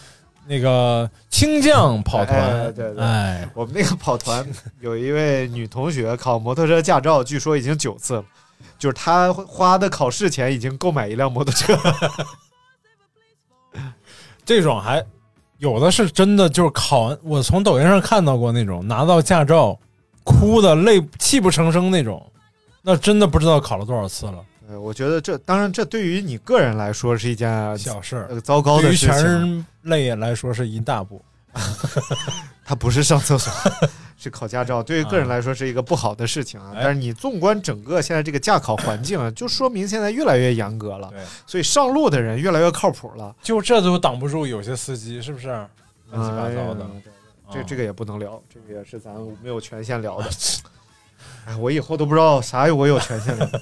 Speaker 4: 那个青将跑团，
Speaker 5: 哎对对
Speaker 4: 哎
Speaker 5: 我们那个跑团有一位女同学考摩托车驾照，据说已经九次了，就是她花的考试钱已经购买一辆摩托车。
Speaker 4: 这种还有的是真的，就是考完，我从抖音上看到过那种拿到驾照，哭的泪泣不成声那种，那真的不知道考了多少次了，
Speaker 5: 呃，我觉得这当然这对于你个人来说是一件
Speaker 4: 小事儿，
Speaker 5: 呃糟糕
Speaker 4: 对
Speaker 5: 的
Speaker 4: 于
Speaker 5: 事
Speaker 4: 全
Speaker 5: 情，
Speaker 4: 人类来说是一大步。
Speaker 5: 它不是上厕 所。是考驾照，对于个人来说是一个不好的事情啊。
Speaker 4: 哎
Speaker 5: 但是你纵观整个现在这个驾考环境啊，就说明现在越来越严格了，
Speaker 4: 对，
Speaker 5: 所以上路的人越来越靠谱了。
Speaker 4: 就这都挡不住有些司机，是不是？乱七八糟的嗯啊
Speaker 5: 哎呀，这这
Speaker 4: 个
Speaker 5: 个也不能聊，这个也是咱没有权限 聊的。哎，我以后都不知道啥我有权限聊。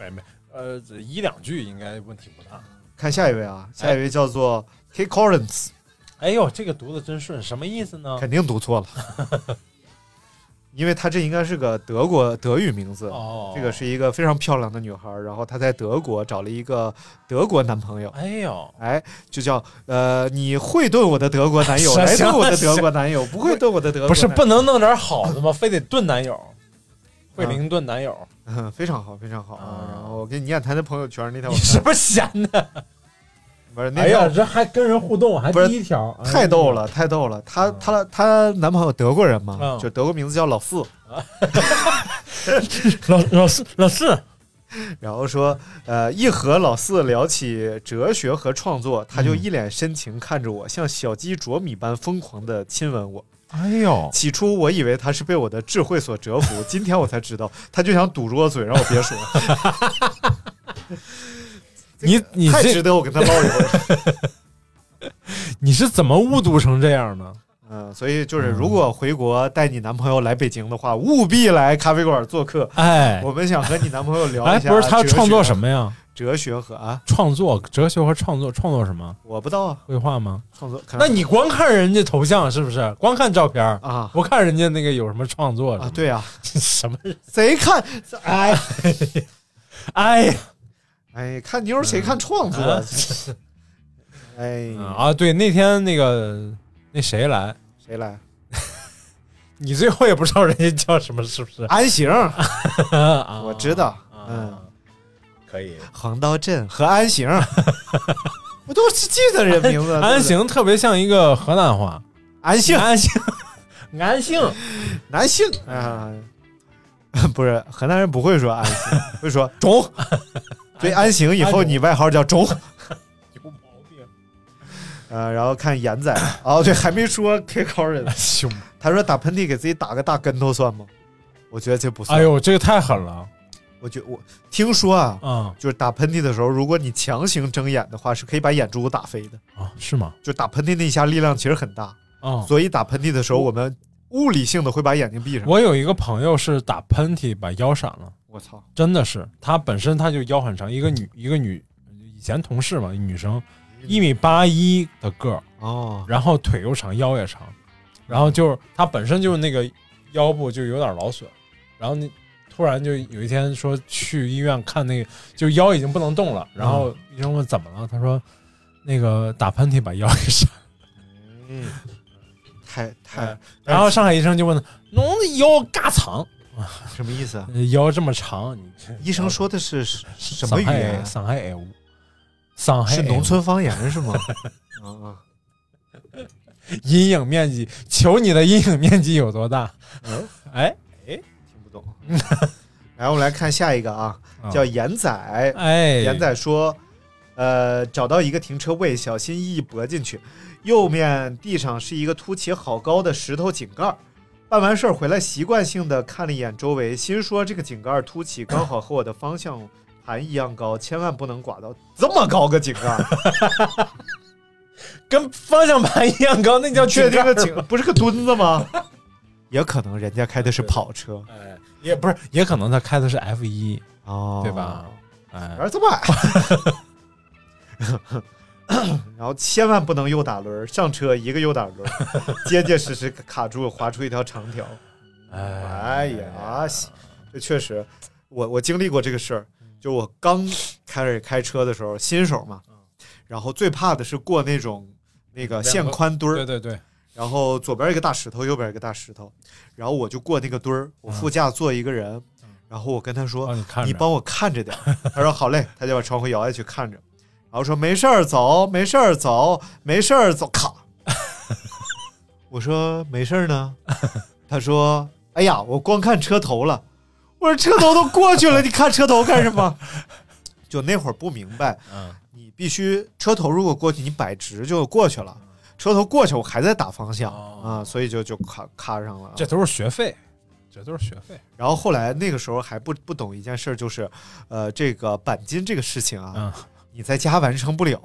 Speaker 4: 没没，呃，一两句应该问题不大。
Speaker 5: 看下一位啊，下一位叫做 K Collins，
Speaker 4: 哎呦，这个读的真顺，什么意思呢？
Speaker 5: 肯定读错了， 因为他这应该是个德国德语名字。
Speaker 4: 哦，
Speaker 5: 这个是一个非常漂亮的女孩，然后她在德国找了一个德国男朋友，
Speaker 4: 哎呦，
Speaker 5: 哎，就叫呃，你会炖我的德国男 友，
Speaker 4: 行
Speaker 5: 来炖我的
Speaker 4: 行
Speaker 5: 德国男友，不会炖我的德国
Speaker 4: 不是
Speaker 5: 男
Speaker 4: 不能弄点好的吗？非得炖男友，
Speaker 5: 啊
Speaker 4: 惠灵顿男友，
Speaker 5: 嗯， 非常好，非常好啊
Speaker 4: 啊！
Speaker 5: 然后我给你念他的朋友圈那天我
Speaker 4: 你什
Speaker 5: 看，
Speaker 4: 么闲的？
Speaker 5: 不是那
Speaker 4: 哎呀，
Speaker 5: 天
Speaker 4: 这还跟人互动，还
Speaker 5: 不是
Speaker 4: 第一条，哎
Speaker 5: 太逗了，太逗了！她她她男朋友德国人嘛
Speaker 4: 嗯，
Speaker 5: 就德国名字叫老四，
Speaker 4: 老老师老师，
Speaker 5: 然后说，呃，一和老四聊起哲学和创作，他
Speaker 4: 嗯
Speaker 5: 就一脸深情看着我，像小鸡啄米般疯狂的亲吻我。
Speaker 2: 哎呦，
Speaker 5: 起初我以为他是被我的智慧所折 服，今天我才知道，他就想堵住我嘴，让我别说。
Speaker 4: 你 你
Speaker 5: 太
Speaker 4: 这
Speaker 5: 值得我跟他唠一会儿。
Speaker 4: 你是怎么误读成这样呢？
Speaker 5: 嗯，所以就是，如果回国带你男朋友来北京的话，务必来咖啡馆做客。
Speaker 4: 哎
Speaker 5: 我们想和你男朋友聊
Speaker 4: 哎，
Speaker 5: 一下。啊
Speaker 4: 不是他创作什
Speaker 5: 么？
Speaker 4: 么呀？
Speaker 5: 哲学和啊，
Speaker 4: 创作哲学和创作创作什么？
Speaker 5: 我不知道啊，
Speaker 4: 绘画吗？
Speaker 5: 创作。可
Speaker 4: 那
Speaker 5: 能
Speaker 4: 你光看人家头像是不是？光看照片儿，
Speaker 5: 啊
Speaker 4: 不看人家那个有什么创作
Speaker 5: 啊，
Speaker 4: 什
Speaker 5: 对啊，
Speaker 4: 么 什么？
Speaker 5: 谁看？哎。
Speaker 4: 哎呀
Speaker 5: 哎，看妞儿谁看创作？
Speaker 4: 啊
Speaker 5: 哎，
Speaker 4: 啊，对，那天那个那谁来，
Speaker 5: 谁来？
Speaker 4: 你最后也不知道人家叫什么，是不是？
Speaker 5: 安行，
Speaker 4: 啊
Speaker 5: 我知道，
Speaker 4: 啊
Speaker 5: 嗯，
Speaker 4: 可以。
Speaker 5: 黄刀镇和安行， 我都是记得人名字。
Speaker 4: 安
Speaker 5: 对不对，
Speaker 4: 行特别像一个河南 话，
Speaker 5: 安姓，
Speaker 4: 安行， 安 行，
Speaker 5: 男性啊， 不是河南人不会说安行，会说中。
Speaker 4: 啊
Speaker 5: 所以安行以后你外号叫中。
Speaker 4: 有毛 病，
Speaker 5: 呃，然后看严仔，哦，对，还没说 K 高 人，
Speaker 4: 凶！
Speaker 5: 他说打喷嚏给自己打个大跟头算吗？我觉得这不算。
Speaker 4: 哎呦，这个太狠了
Speaker 5: 我觉我听说啊，
Speaker 4: 啊
Speaker 5: 就是打喷嚏的时候，如果你强行睁眼的话，是可以把眼珠子打飞的。
Speaker 4: 啊，是吗？
Speaker 5: 就打喷嚏那一下力量其实很大，
Speaker 4: 啊，
Speaker 5: 所以打喷嚏的时候，我们物理性的会把眼睛闭上。
Speaker 4: 我有一个朋友是打喷嚏把腰闪了，
Speaker 5: 我操！
Speaker 4: 真的是，她本身她就腰很长，一个女一个女以前同事嘛，女生一米八一的个儿，
Speaker 5: 哦，
Speaker 4: 然后腿又长，腰也长，然后就是她本身就是那个腰部就有点劳损，然后那突然就有一天说去医院看那个，就腰已经不能动了，然后医生问怎么了，她说那个打喷嚏把腰给 闪，
Speaker 5: 嗯，太太
Speaker 4: 哎然后上海医生就问她，侬是腰嘎长，
Speaker 5: 什么意思啊？
Speaker 4: 呃腰这么长，你这
Speaker 5: 医生说的是是什么
Speaker 4: 上
Speaker 5: 语
Speaker 4: 海
Speaker 5: 言？
Speaker 4: 上海闲话，上海
Speaker 5: 是
Speaker 4: 闲话
Speaker 5: 农村方言是吗？啊啊！
Speaker 4: 阴影面积，求你的阴影面积有多大？
Speaker 5: 嗯，
Speaker 4: 哎
Speaker 5: 听不懂。 来，我们来看下一个啊，
Speaker 4: 啊
Speaker 5: 叫严仔。
Speaker 4: 哎，
Speaker 5: 严仔说，呃，找到一个停车位，小心翼翼搏进去，右面地上是一个凸起好高的石头井盖儿。办完事儿回来，习惯性的看了一眼周围，心说这个井盖儿凸起刚好和我的方向盘一样高，千万不能刮到这么高个井盖儿。
Speaker 4: 跟方向盘一样高，那叫
Speaker 5: 确定
Speaker 4: 个
Speaker 5: 个井不是个墩子吗？也可能人家开的是跑车
Speaker 4: 哎，也不是，也可能他开的是 F 一，
Speaker 5: 哦，
Speaker 4: 对吧？哎
Speaker 5: 玩儿这么矮。 然后千万不能右打轮儿，上车一个右打轮儿， 结结实实卡住，划出一条长条。哎呀，这确实，我我经历过这个事儿，就我刚开始开车的时候，新手嘛，然后最怕的是过那种那嗯个限宽墩
Speaker 4: 对
Speaker 5: 儿，
Speaker 4: 对对，
Speaker 5: 然后左边一个大石头，右边一个大石头，然后我就过那个墩儿，我副驾坐一个人，然后我跟他说
Speaker 4: 哦帮你看着，
Speaker 5: 你帮我看着点儿。他说好嘞， 他就把窗户摇下去看着，然后说没事儿走，没事儿走，没事儿走，咔。 我说没事儿 呢，他说哎呀，我光看车头了。我说车头都过 去了，你看车头干什么？就那会儿不明白，
Speaker 4: 嗯
Speaker 5: 你必须车头如果过去，你摆直就过去了。车头过去，我还在打方向啊、
Speaker 4: 嗯哦
Speaker 5: 所以就就卡卡上了啊。
Speaker 4: 这都是学费，这都是学费
Speaker 5: 然后后来那个时候还不不懂一件事儿，就是，呃，这个钣金这个事情啊，
Speaker 4: 啊！
Speaker 5: 你在家完成不了，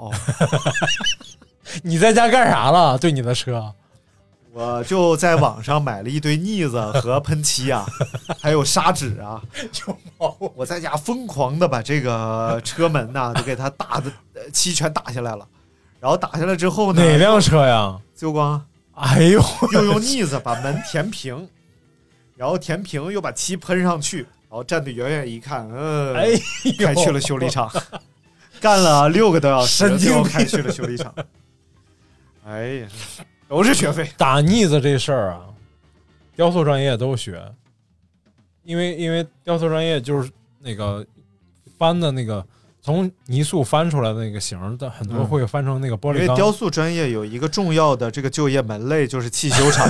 Speaker 4: 你在家干啥了？对你的车，
Speaker 5: 我就在网上买了一堆腻子和喷漆 啊，还有砂纸啊，我在家疯狂的把这个车门呐、都给它打的呃漆全打下来了，然后打下来之后呢，
Speaker 4: 哪辆车呀？
Speaker 5: 自由光
Speaker 4: 哎呦，
Speaker 5: 又用腻子把门填平，然后填平又把漆喷上去，然后站得远远一看，嗯、
Speaker 4: 哎呦，
Speaker 5: 开去了修理厂，干了六个多小时，
Speaker 4: 神经
Speaker 5: 最后
Speaker 4: 病
Speaker 5: 开去了修理厂。 哎呀，都是学费。
Speaker 4: 打腻子这事儿啊，雕塑专业都学，因为因为雕塑专业就是那个翻的那个从泥塑翻出来的那个形儿，但很多
Speaker 5: 嗯
Speaker 4: 会翻成那个玻
Speaker 5: 因为
Speaker 4: 璃
Speaker 5: 雕
Speaker 4: 钢。
Speaker 5: 塑专业有一个重要的这个就业门类就是汽修 厂，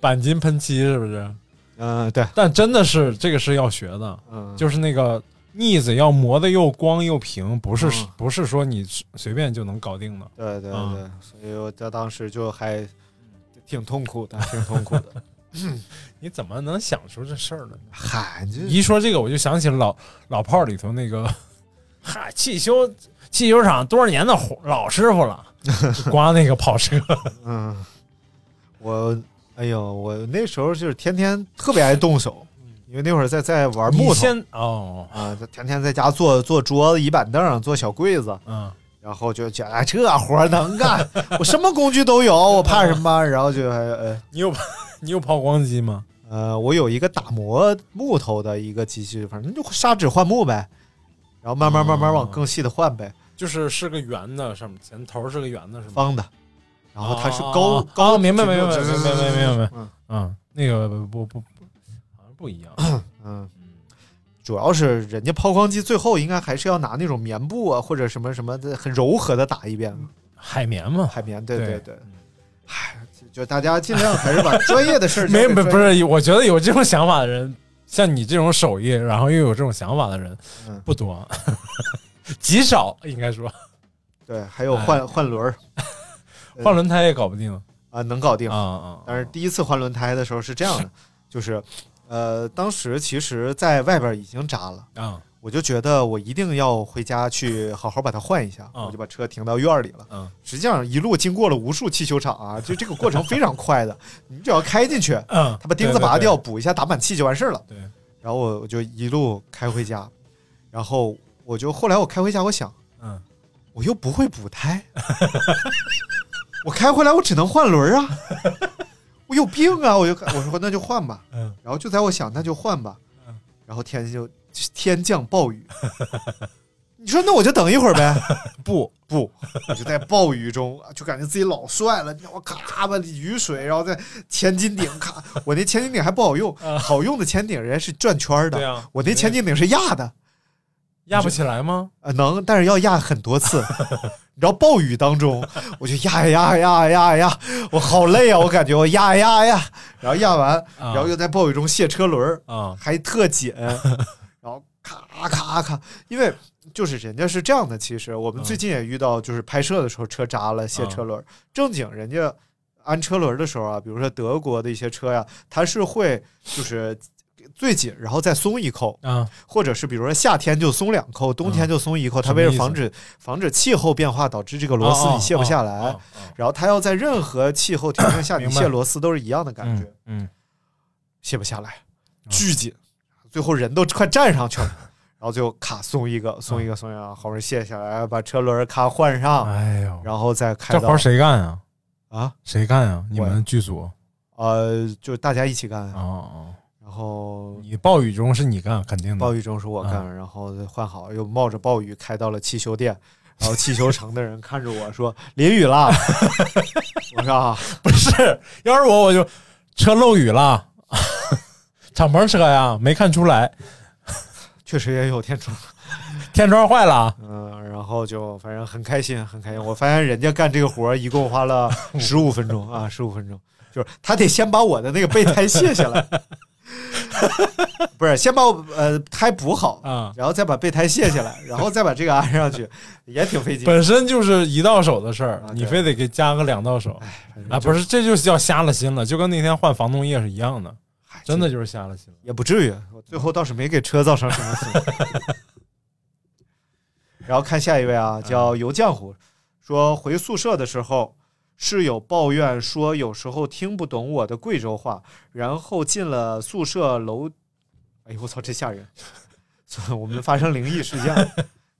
Speaker 4: 钣金喷漆是不是？
Speaker 5: 嗯，对，
Speaker 4: 但真的是这个是要学的，
Speaker 5: 嗯，
Speaker 4: 就是那个腻子要磨的又光又平，不是、
Speaker 5: 嗯
Speaker 4: 不是说你随便就能搞定的。
Speaker 5: 对对
Speaker 4: 嗯
Speaker 5: 对，所以我在当时就还挺痛苦的，挺痛 苦的。
Speaker 4: 你怎么能想出这事儿呢？
Speaker 5: 嗨，你
Speaker 4: 一说这个，我就想起了老老炮儿里头那个， 哈，汽修汽修厂多少年的活老师 傅了，刮那个跑车，
Speaker 5: 嗯，我哎呦，我那时候就是天天特别爱动手，因为那会儿在在玩木
Speaker 4: 嗯你
Speaker 5: 头
Speaker 4: 先哦，
Speaker 5: 啊，就天天在家做做桌子、椅板凳、做小柜子，
Speaker 4: 嗯，
Speaker 5: 然后就觉得哎这活儿能干，我什么工具都有，我怕什么？然后就还 呃
Speaker 4: 你有你有抛光机吗？
Speaker 5: 呃，我有一个打磨木头的一个机器，反正就砂纸换木呗，然后慢慢慢慢往更细的换呗，
Speaker 4: 就是是个圆的，上面前头是个圆的，是吗？
Speaker 5: 方的，然后它是
Speaker 4: 哦
Speaker 5: 高
Speaker 4: 哦
Speaker 5: 高，
Speaker 4: 明白明白
Speaker 5: 直
Speaker 4: 明白明白明白明白，
Speaker 5: 嗯
Speaker 4: 嗯，那个不不不，好像不一 样。
Speaker 5: 嗯。主要是人家抛光机最后应该还是要拿那种棉布啊或者什么什么的很柔和的打一遍，
Speaker 4: 海绵嘛，
Speaker 5: 海绵，对
Speaker 4: 对
Speaker 5: 对对，唉，就大家尽量还是 把专业的事儿交
Speaker 4: 没
Speaker 5: 给
Speaker 4: 不
Speaker 5: 专
Speaker 4: 不是，我觉得有这种想法的人，像你这种手艺，然后又有这种想法的人
Speaker 5: 嗯
Speaker 4: 不多， 极少应该说，
Speaker 5: 对，还有
Speaker 4: 哎
Speaker 5: 换换轮儿嗯
Speaker 4: 换轮胎也搞不定
Speaker 5: 啊，能搞定
Speaker 4: 啊。啊！
Speaker 5: 但是第一次换轮胎的时候是这样 的，就是呃，当时其实在外边已经扎了。
Speaker 4: 啊
Speaker 5: 我就觉得我一定要回家去好好把它换一下，
Speaker 4: 嗯
Speaker 5: 我就把车停到院儿里了。
Speaker 4: 嗯
Speaker 5: 实际上一路经过了无数汽修厂啊，就这个过程非常快的，你只要开进去，
Speaker 4: 嗯，
Speaker 5: 他把钉子
Speaker 4: 对
Speaker 5: 拔掉，，
Speaker 4: 对
Speaker 5: 补一下打满气就完事儿了。
Speaker 4: 对
Speaker 5: 然后我我就一路开回家，然后我就后来我开回家，我想，
Speaker 4: 嗯，
Speaker 5: 我又不会补胎， 我开回来我只能换轮儿啊，我有病啊！我就我说那就换吧，
Speaker 4: 嗯，
Speaker 5: 然后就在我想那就换吧
Speaker 4: 嗯，
Speaker 5: 然后天就天降暴雨，你说那我就等一会儿呗，
Speaker 4: 不
Speaker 5: 不，我就在暴雨中，就感觉自己老帅了。你知道我咔吧雨水，然后再千斤顶咔，我那千斤顶还不好用，好用的千斤顶人家是转圈儿
Speaker 4: 嗯对
Speaker 5: 的，
Speaker 4: 啊，
Speaker 5: 我那千斤顶是压的，
Speaker 4: 压不起来吗？
Speaker 5: 呃，能，但是要压很多 次。你知道暴雨当中，我就压呀压呀压呀压，我好累啊，我感觉我压呀压呀，然后压完，
Speaker 4: 啊
Speaker 5: 然后又在暴雨中卸车轮儿，
Speaker 4: 啊
Speaker 5: 还特 紧，然后咔咔咔，因为就是人家是这样的，其实我们
Speaker 4: 嗯
Speaker 5: 最近也遇到，就是拍摄的时候车扎了卸车
Speaker 4: 啊
Speaker 5: 轮儿，正经人家安车轮儿的时候啊，比如说德国的一些车呀、它是会就是。最紧，然后再松一扣，
Speaker 4: 啊
Speaker 5: 或者是比如说夏天就松两扣，冬天就松一扣。它
Speaker 4: 什么
Speaker 5: 为了
Speaker 4: 意思
Speaker 5: 防止防止气候变化导致这个螺丝你卸不下来，
Speaker 4: 哦哦哦哦
Speaker 5: 然后它要在任何气候条件下你
Speaker 4: 明白
Speaker 5: 卸螺丝都是一样的感觉。
Speaker 4: 嗯
Speaker 5: 卸不下来，
Speaker 4: 啊
Speaker 5: 巨紧，最后人都快站上 去了，然后最后咔松一个，松一个，
Speaker 4: 啊
Speaker 5: 松一个，好不容易卸下来，把车轮儿咔换
Speaker 4: 嗯，
Speaker 5: 上，
Speaker 4: 哎呦，
Speaker 5: 啊然后再开
Speaker 4: 这活
Speaker 5: 到
Speaker 4: 儿谁干啊？
Speaker 5: 啊，
Speaker 4: 谁干啊？你
Speaker 5: 我
Speaker 4: 们剧组
Speaker 5: 呃，就是大家一起干
Speaker 4: 哦，哦，
Speaker 5: 然后
Speaker 4: 哦你暴雨中是你干，肯定的。
Speaker 5: 暴雨中是我
Speaker 4: 啊
Speaker 5: 干，然后换好，又冒着暴雨开到了汽修店。然后汽修城的人看着我说：“淋雨 了。”我说：“啊，
Speaker 4: 不是，要是我我就车漏雨 了，敞篷车呀，没看出来，
Speaker 5: 确实也有天窗。
Speaker 4: 天窗坏了”，
Speaker 5: 嗯，然后就反正很开心，很开心。我发现人家干这个活儿一共花 了十五分钟啊，十五分钟，就是他得先把我的那个备胎卸下 来，不是先把我呃胎补好
Speaker 4: 啊
Speaker 5: 然后再把备胎卸下来，然后再把这个安上去，也挺费劲。
Speaker 4: 本身就是一到手的事儿
Speaker 5: 啊，
Speaker 4: 你
Speaker 5: 对
Speaker 4: 非得给加个两到手
Speaker 5: 反
Speaker 4: 啊！
Speaker 5: 正就
Speaker 4: 不，是，这就叫瞎了心了，就跟那天换防冻液是一样的，
Speaker 5: 嗨
Speaker 4: 真的就是瞎了心了。
Speaker 5: 也不至于。我最后倒是没给车造成什么损害。然后看下一位啊，叫油浆糊，说回宿舍的时候，室友抱怨说有时候听不懂我的贵州话，然后进了宿舍楼，哎呦我操，这吓人！ 所以我们发生灵异事件了，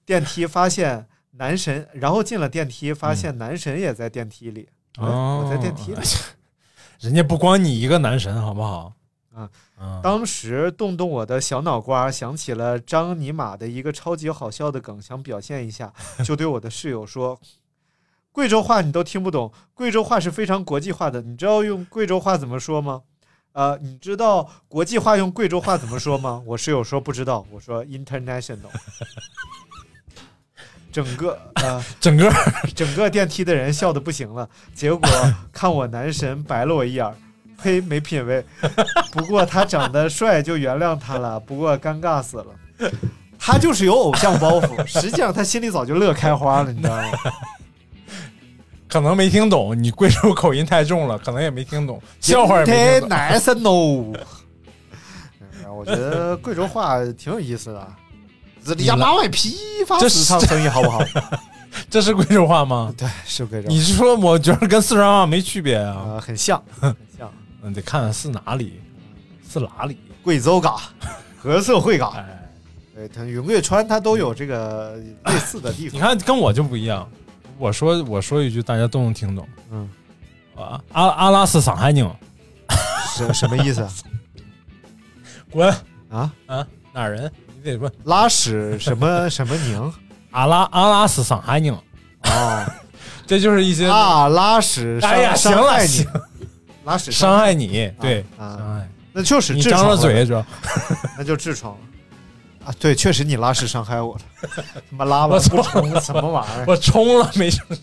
Speaker 5: 电梯发现男神，然后进了电梯发现男神也在电梯里，
Speaker 4: 哦，
Speaker 5: 我在电梯里。
Speaker 4: 人家不光你一个男神，好不好？
Speaker 5: 啊
Speaker 4: 嗯，
Speaker 5: 当时动动我的小脑瓜，想起了张尼玛的一个超级好笑的梗，想表现一下，就对我的室友说：“贵州话你都听不懂，贵州话是非常国际化的，你知道用贵州话怎么说吗？”呃，你知道国际化用贵州话怎么说吗？ 我室友说不知道，我说 international。整个呃，
Speaker 4: 整个
Speaker 5: 整个电梯的人笑的不行了，结果看我男神白了我一眼儿，呸，没品位。不过他长得帅就原谅他了，不过尴尬死了。他就是有偶像包袱，实际上他心里早就乐开花了，你知道吗？
Speaker 4: 可能没听懂，你贵州口音太重了，可能也没听懂，笑话也没
Speaker 5: 太
Speaker 4: 听懂。
Speaker 5: 难森喽。嗯我觉得贵州话挺有意思的，啊这里呀马尾批发
Speaker 4: 这
Speaker 5: 市
Speaker 4: 是
Speaker 5: 场生意好 不好？
Speaker 4: 这是贵州话吗？
Speaker 5: 对，是贵州，
Speaker 4: 你是说我觉得跟四川话没区别啊？
Speaker 5: 啊，很像，很像
Speaker 4: 嗯，得看是哪里，是哪里。
Speaker 5: 贵州 嘎和社会嘎，
Speaker 4: 哎，
Speaker 5: 对，它云贵川它都有这 个类似的地
Speaker 4: 你
Speaker 5: 方。
Speaker 4: 看跟我就不一样，我说我说一句大家都能听懂。
Speaker 5: 嗯，
Speaker 4: 啊，阿阿拉斯上海人，
Speaker 5: 什什么意思啊？
Speaker 4: 滚
Speaker 5: 啊，
Speaker 4: 啊，哪儿人？你得问
Speaker 5: 拉屎什么什么 宁？
Speaker 4: 阿拉阿拉斯上海人，
Speaker 5: 哦，
Speaker 4: 这就是一些
Speaker 5: 啊，拉屎伤，
Speaker 4: 哎呀行了
Speaker 5: 伤害你
Speaker 4: 行
Speaker 5: 拉屎
Speaker 4: 伤
Speaker 5: 害，
Speaker 4: 害你，对，
Speaker 5: 啊
Speaker 4: 伤害
Speaker 5: 那就是
Speaker 4: 你
Speaker 5: 痔
Speaker 4: 张
Speaker 5: 疮
Speaker 4: 了
Speaker 5: 了
Speaker 4: 嘴主要。
Speaker 5: 那就痔疮了。啊，对，确实你拉屎伤害 我了，他妈拉
Speaker 4: 我
Speaker 5: 完
Speaker 4: 错
Speaker 5: 不
Speaker 4: 了
Speaker 5: 成什么玩意儿？
Speaker 4: 我冲了没冲上。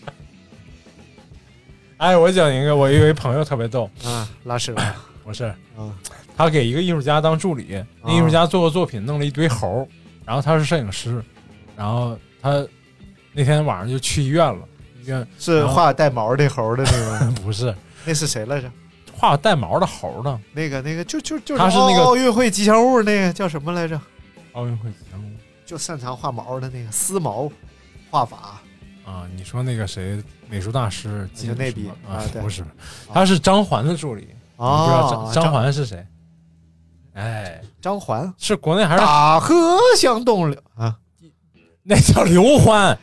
Speaker 4: 哎，我讲一个，我有一朋友特别逗，
Speaker 5: 啊，拉屎了
Speaker 4: 不是
Speaker 5: 啊
Speaker 4: 他给一个艺术家当助理，那艺术家做个作品，弄了一堆猴儿，然后他是摄影师，然后他那天晚上就去医院了，医院
Speaker 5: 是画带毛的猴的那个，
Speaker 4: 不是
Speaker 5: 那是谁来着？
Speaker 4: 画带毛的猴儿呢，
Speaker 5: 那个那个就就就是
Speaker 4: 他是那个
Speaker 5: 奥奥运会吉祥物那个叫什么来着？
Speaker 4: 奥运会吉祥物
Speaker 5: 就擅长画毛的那个丝毛画法，
Speaker 4: 啊，你说那个谁美术大师金
Speaker 5: 就那
Speaker 4: 什么
Speaker 5: 笔
Speaker 4: 啊
Speaker 5: 啊，对
Speaker 4: 不是，他是张环的助理，你不知道
Speaker 5: 啊，
Speaker 4: 张张环是谁？哎，
Speaker 5: 张环
Speaker 4: 是国内还是
Speaker 5: 大河向东流啊，
Speaker 4: 那叫刘欢？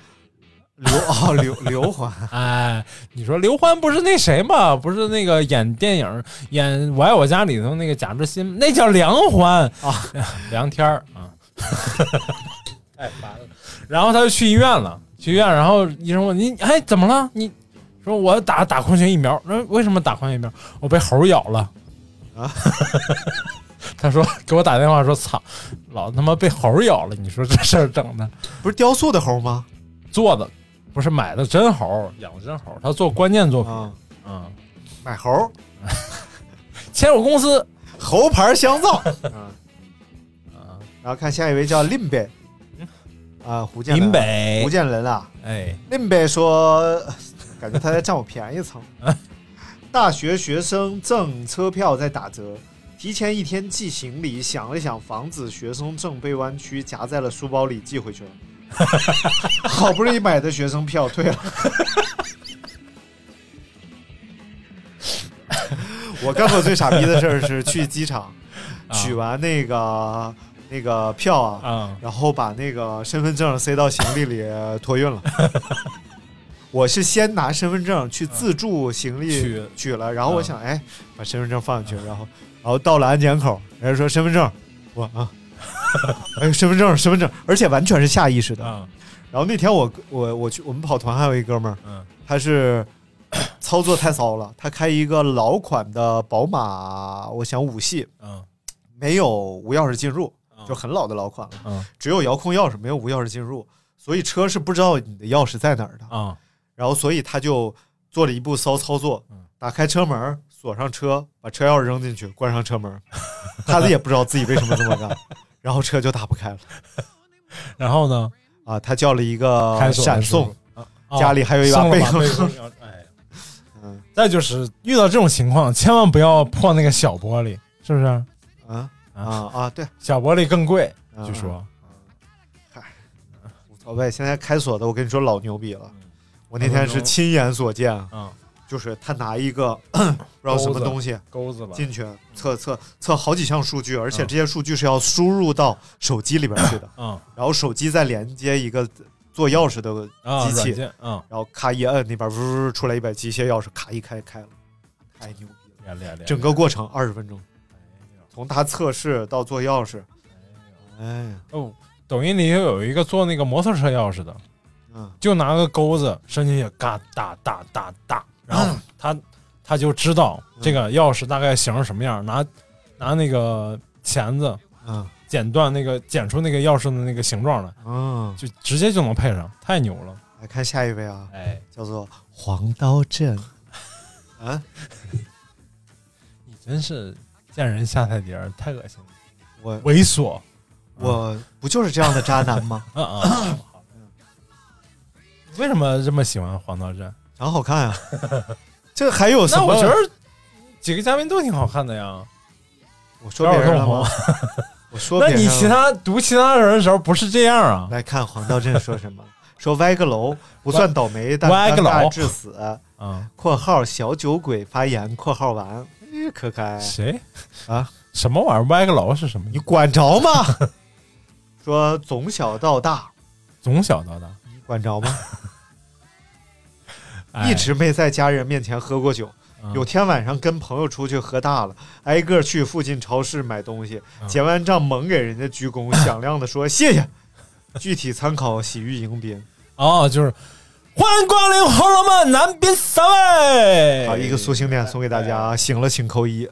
Speaker 5: 刘啊
Speaker 4: 哦
Speaker 5: 刘 刘环
Speaker 4: 哎，你说刘欢不是那谁吗？不是那个演电影演《我爱我家》里头那个贾志新，那叫梁欢
Speaker 5: 啊，
Speaker 4: 梁天儿啊。太烦了。然后他就去医院了，去医院，然后医生问你，哎，怎么了？你说我打打狂犬疫苗，那为什么打狂犬疫苗？我被猴咬了
Speaker 5: 啊。
Speaker 4: 他说给我打电话说，操，老他妈被猴咬了！你说这事儿整的。
Speaker 5: 不是雕塑的猴吗？
Speaker 4: 做的不是买的真猴，养的真猴，他做关键作品。
Speaker 5: 啊，
Speaker 4: 嗯，
Speaker 5: 买猴
Speaker 4: 签我公司。
Speaker 5: 猴牌香 皂啊，
Speaker 4: 啊，
Speaker 5: 然后看下一位叫林北啊，福建人
Speaker 4: 嗯林北
Speaker 5: 福，建人啊，
Speaker 4: 哎，
Speaker 5: 林北说，感觉他在占我便宜层。大学学生赠车票在打折，提前一天寄行李，想了想，防止学生证被弯曲，夹在了书包里寄回去了。好不容易买的学生票退了。我干过最傻逼的事儿是去机场取完那个那个票啊，
Speaker 4: 啊，
Speaker 5: 然后把那个身份证塞到行李里托运了。我是先拿身份证去自助行李
Speaker 4: 取
Speaker 5: 取了，然后我想，哎，把身份证放进去，然后，然后到了安检口，人家说身份证，我啊，哎，身份证，身份证，而且完全是下意识的。
Speaker 4: 啊，
Speaker 5: 然后那天我我我去我们跑团还有一哥们儿，
Speaker 4: 嗯，
Speaker 5: 他是 操作太骚了，他开一个老款的宝马，我想五系
Speaker 4: 嗯，
Speaker 5: 没有无钥匙进入，
Speaker 4: 嗯
Speaker 5: 就很老的老款了。
Speaker 4: 嗯，
Speaker 5: 只有遥控钥匙，没有无钥匙进入，所以车是不知道你的钥匙在哪儿的。
Speaker 4: 啊，
Speaker 5: 然后，所以他就做了一步骚操作
Speaker 4: 嗯，
Speaker 5: 打开车门，锁上车，把车钥匙扔进去，关上车 门。他也不知道自己为什么这么干，然后车就打不开了。
Speaker 4: 然后呢？
Speaker 5: 啊，他叫了一个
Speaker 4: 开锁啊
Speaker 5: 闪
Speaker 4: 的时候
Speaker 5: 送，家里还有一把
Speaker 4: 把
Speaker 5: 备
Speaker 4: 备
Speaker 5: 用
Speaker 4: 用。哎，
Speaker 5: 嗯
Speaker 4: 再就是遇到这种情况，千万不要破那个小玻璃，是不是？
Speaker 5: 啊啊啊，对，
Speaker 4: 小玻璃更贵，
Speaker 5: 啊
Speaker 4: 据说
Speaker 5: 无所谓。现在开锁的，我跟你说老牛逼
Speaker 4: 嗯
Speaker 5: 了，我那天是亲眼所见，
Speaker 4: 啊，
Speaker 5: 就是他拿一个 不知道什么东西，
Speaker 4: 钩子吧，
Speaker 5: 进去测测测好几项数据，而且
Speaker 4: 嗯
Speaker 5: 这些数据是要输入到手机里边 去的，
Speaker 4: 嗯
Speaker 5: 然后手机再连接一个做钥匙的
Speaker 4: 啊，
Speaker 5: 机器
Speaker 4: 软，件，嗯，
Speaker 5: 然后咔一摁那边呜呜出来一把机械钥匙，咔一开开了，太牛逼了！
Speaker 4: 练练练，
Speaker 5: 整个过程二十分钟，从他测试到做钥匙，哎呀，
Speaker 4: 哦，抖音里有一个做那个摩托车钥匙的，
Speaker 5: 嗯
Speaker 4: 嗯就拿个钩子伸进去，嘎哒哒哒哒，然后他、他他就知道这个钥匙大概形是什么样，拿拿那个钳子
Speaker 5: 嗯
Speaker 4: 剪断那个剪出那个钥匙的那个形状来，
Speaker 5: 嗯，
Speaker 4: 就直接就能配上，太牛了！
Speaker 5: 来看下一位啊，
Speaker 4: 哎，
Speaker 5: 叫做黄刀镇。 啊，
Speaker 4: 你真是见人下菜碟儿，太恶心了，
Speaker 5: 我
Speaker 4: 猥琐
Speaker 5: 我不就是这样的渣男吗？
Speaker 4: 啊啊！嗯为什么这么喜欢黄道镇？
Speaker 5: 长好看啊， 这还有什
Speaker 4: 那
Speaker 5: 么？
Speaker 4: 我觉得几个嘉宾都挺好看的呀。
Speaker 5: 我说别人了
Speaker 4: 高
Speaker 5: 吗
Speaker 4: 晓？
Speaker 5: 我说
Speaker 4: 啊
Speaker 5: 别
Speaker 4: 那
Speaker 5: 人
Speaker 4: 你
Speaker 5: 了
Speaker 4: 其他读其他人的时候不是这样啊？
Speaker 5: 来看黄道镇说什么？ 说歪个楼不算倒霉，但
Speaker 4: 歪
Speaker 5: 尴
Speaker 4: 个楼
Speaker 5: 尬致死。
Speaker 4: 啊，
Speaker 5: （括号小酒鬼发言）（括号完）哎，可可爱。
Speaker 4: 谁
Speaker 5: 啊？
Speaker 4: 什么玩意儿？歪个楼是什么意
Speaker 5: 你
Speaker 4: 思？
Speaker 5: 管着吗？ 说从小到大，
Speaker 4: 从小到大，
Speaker 5: 你管着吗？
Speaker 4: 哎
Speaker 5: 一直没在家人面前喝过酒。
Speaker 4: 嗯
Speaker 5: 有天晚上跟朋友出去喝大了，挨个去附近超市买东西，
Speaker 4: 嗯
Speaker 5: 结完账猛给人家鞠 躬，响亮的说谢谢。具体参考洗浴迎宾。
Speaker 4: 哦，就是欢迎光临红楼梦南边三位。
Speaker 5: 啊好，一个苏醒点送给大
Speaker 4: 哎
Speaker 5: 家啊！醒了请扣一。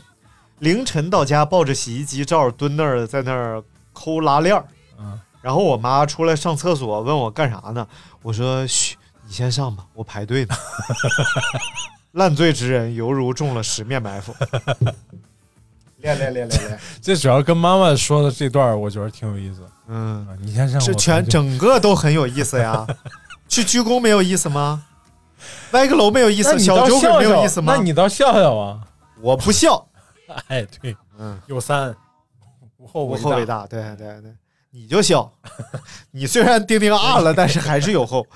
Speaker 5: 凌晨到家，抱着洗衣机罩蹲那儿，在那儿抠拉链儿。
Speaker 4: 嗯
Speaker 5: 然后我妈出来上厕所，问我干啥呢？我说：“嘘，你先上吧，我排队呢。” 烂醉之人犹如中了十面埋伏。练练练练练，
Speaker 4: 这主要跟妈妈说的这段儿，我觉得挺有意思。
Speaker 5: 嗯，
Speaker 4: 啊你先上，
Speaker 5: 这
Speaker 4: 我
Speaker 5: 全
Speaker 4: 看这
Speaker 5: 整个都很有意思 呀。去鞠躬没有意思吗？歪个楼没有意
Speaker 4: 那
Speaker 5: 思，
Speaker 4: 你
Speaker 5: 小
Speaker 4: 倒
Speaker 5: 酒鬼
Speaker 4: 笑
Speaker 5: 没有
Speaker 4: 笑
Speaker 5: 意思吗？
Speaker 4: 那你倒笑笑啊！
Speaker 5: 我不笑。
Speaker 4: 哎，对，
Speaker 5: 嗯。
Speaker 4: 有三，无后
Speaker 5: 无
Speaker 4: 为
Speaker 5: 后伟大，对对对，你就 笑，你虽然丁丁啊了，但是还是有后。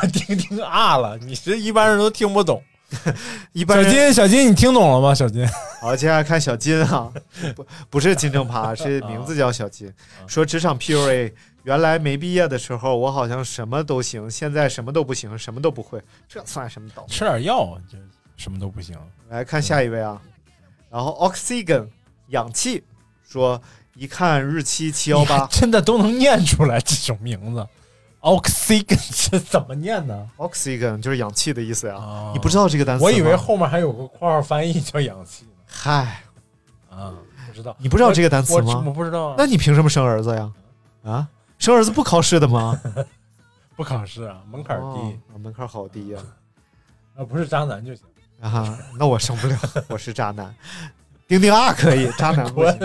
Speaker 4: 我听听啊了，你这一般人都听不懂。
Speaker 5: 一般
Speaker 4: 小
Speaker 5: 人
Speaker 4: 金，小金，你听懂了吗？小金，
Speaker 5: 好，接下来看小金啊，不不是金 正趴，是
Speaker 4: 嗯
Speaker 5: 名字叫小金，说职场 PUA。原来没毕业的时候，我好像什么都行，现在什么都不行，什么都不会，这算什么倒霉？
Speaker 4: 吃点药，这什么都不行。
Speaker 5: 来看下一位啊，然后 oxygen 氧气说，一看日期七幺
Speaker 4: 你还
Speaker 5: 八
Speaker 4: 真的都能念出来这种名字，oxygen 是怎么念呢？
Speaker 5: ，oxygen 就是氧气的意思呀、
Speaker 4: 哦
Speaker 5: 你不知道这个单词吗？
Speaker 4: 我以为后面还有个括号翻译叫氧气呢。
Speaker 5: 嗨，
Speaker 4: 啊，不知道，
Speaker 5: 你不知道这个单词
Speaker 4: 我
Speaker 5: 吗
Speaker 4: 我不知道啊，
Speaker 5: 那你凭什么生儿子呀？啊，生儿子不考试的吗？
Speaker 4: 不考试啊，门槛低，
Speaker 5: 哦门槛好低呀、
Speaker 4: 啊，不是渣男就行。
Speaker 5: 啊！那我生不了，我是渣男。丁丁啊，可以，渣男不行。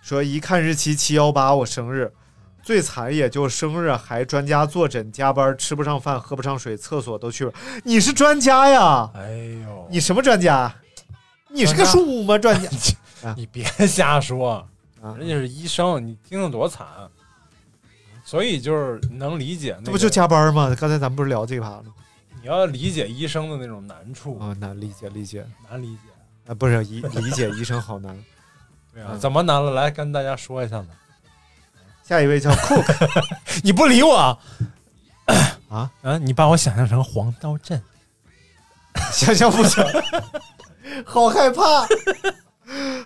Speaker 5: 说一看日期七幺八，我生日，最惨也就生日还专家坐诊加班，吃不上饭，喝不上水，厕所都去不。你是专家呀？
Speaker 4: 哎呦，
Speaker 5: 你什么专家？啊你是个
Speaker 4: 专家
Speaker 5: 树吗？专家？
Speaker 4: 你别瞎说，
Speaker 5: 啊
Speaker 4: 人家是医生，你听听多惨。所以就是能理解、那个，
Speaker 5: 这不就加班吗？刚才咱们不是聊这趴了吗？
Speaker 4: 你要理解医生的那种难处，
Speaker 5: 啊、那理解理解
Speaker 4: 难理解。
Speaker 5: 啊，不是理理解医生好难。
Speaker 4: 对啊，
Speaker 5: 嗯
Speaker 4: 怎么难了？来跟大家说一下吧。
Speaker 5: 下一位叫 Cook
Speaker 4: 你不理我
Speaker 5: 啊，
Speaker 4: 啊！你把我想象成黄刀镇，
Speaker 5: 想象不成，好害怕，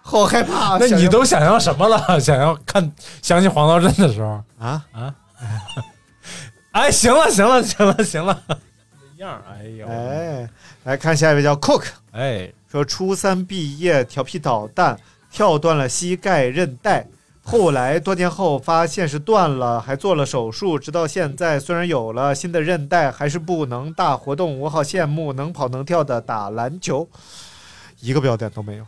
Speaker 5: 好害怕。啊
Speaker 4: 那
Speaker 5: 想
Speaker 4: 你
Speaker 5: 象
Speaker 4: 都想象什么了？ 想要看想起黄刀镇的时候，
Speaker 5: 啊，
Speaker 4: 哎，行了，行了，行了，行了，那样儿，哎呦，哎，
Speaker 5: 哎，来看下一位叫 Cook，
Speaker 4: 哎
Speaker 5: 说初三毕业调皮捣蛋，跳断了膝盖韧带。后来多年后发现是断了，还做了手术，直到现在虽然有了新的韧带，还是不能大活动。我好羡慕能跑能跳的打篮 球，一个标点都没有。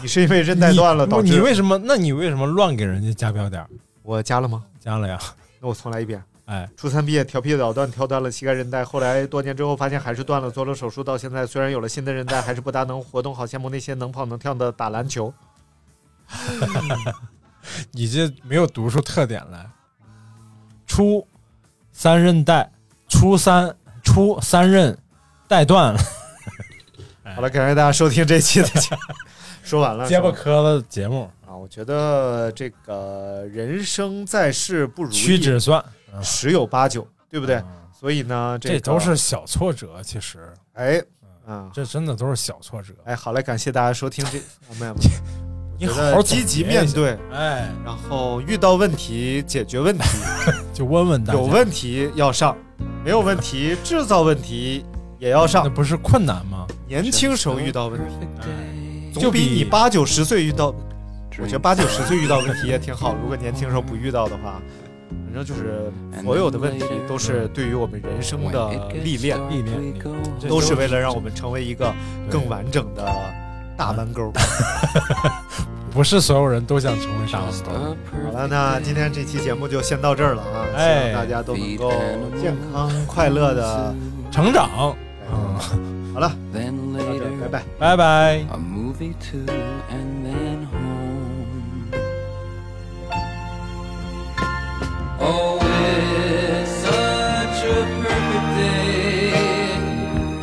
Speaker 5: 你是因为韧带断了
Speaker 4: 你
Speaker 5: 导致
Speaker 4: 你为什么？哦那你为什么乱给人家加标点儿？
Speaker 5: 我加了吗？
Speaker 4: 加啊了呀，
Speaker 5: 那我重来一遍。
Speaker 4: 哎，
Speaker 5: 初三毕业，调皮捣蛋，挑断了膝盖韧带，后来多年之后发现还是断了，做了手术，到现在虽然有了新的韧带，还是不大能活动，好羡慕那些能跑能跳的打篮球。
Speaker 4: 你这没有读出特点来。初三韧带，初三初三韧带断了，哎
Speaker 5: 好了，感谢大家收听这期的节目，说完了，
Speaker 4: 结巴
Speaker 5: 说
Speaker 4: 磕了节目，
Speaker 5: 完了啊！我觉得这个人生在世不如
Speaker 4: 屈
Speaker 5: 意，
Speaker 4: 指算，
Speaker 5: 十有八九，对不对？
Speaker 4: 嗯
Speaker 5: 所以呢，这
Speaker 4: 这
Speaker 5: 个
Speaker 4: 都是小挫折，其实
Speaker 5: 哎，嗯，
Speaker 4: 这真的都是小挫折。
Speaker 5: 哎，好了，感谢大家收听这，啊没有没
Speaker 4: 你
Speaker 5: 有，
Speaker 4: 好
Speaker 5: 觉得
Speaker 4: 好
Speaker 5: 积
Speaker 4: 总
Speaker 5: 极
Speaker 4: 结一
Speaker 5: 面
Speaker 4: 下，
Speaker 5: 对，
Speaker 4: 哎，
Speaker 5: 然后遇到问题解决问题。
Speaker 4: 就问问大家，
Speaker 5: 有问题要上，没有问题，制造问题也要
Speaker 4: 那
Speaker 5: 上。
Speaker 4: 不是困难吗？
Speaker 5: 年轻时候遇到问题，
Speaker 4: 就
Speaker 5: 总
Speaker 4: 比
Speaker 5: 比你八九十岁遇到，我觉得八九十岁遇到问题也挺好。如果年轻时候不遇到的话，反正就是所有的问题都是对于我们人生的历练，
Speaker 4: 历练这
Speaker 5: 都是为了让我们成为一个更完整的大弯钩。
Speaker 4: 不是所有人都想成为傻子的。
Speaker 5: 好了，那今天这期节目就先到这儿了啊！希
Speaker 4: 哎
Speaker 5: 望大家都能够健康快乐的。
Speaker 4: 成长，
Speaker 5: 好了，到这儿，拜拜。
Speaker 4: 拜拜。
Speaker 7: A movie too, and then home. Oh, it's such a perfect day.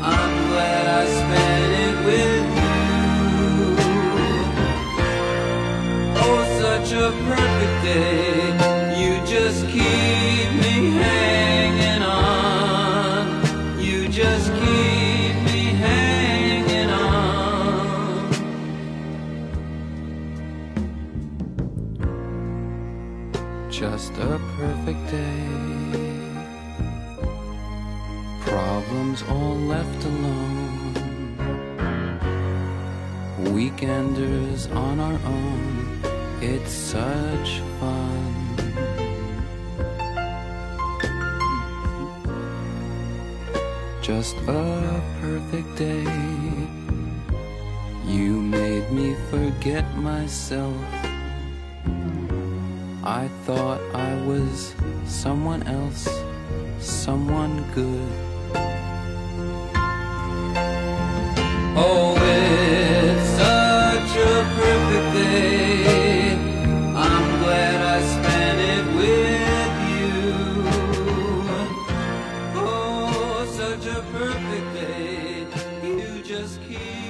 Speaker 7: I'm glad I spent it with you. Oh, such a perfect day. You just keep me hanging on. You just keep me hanging on. just a perfect day. Problems all left alone. Weekenders on our own. It's such fun. Just a perfect day. You made me forget myself. I thought I was someone else, someone good. Oh, it's such a perfect day. I'm glad I spent it with you. Oh, such a perfect day. You just keep.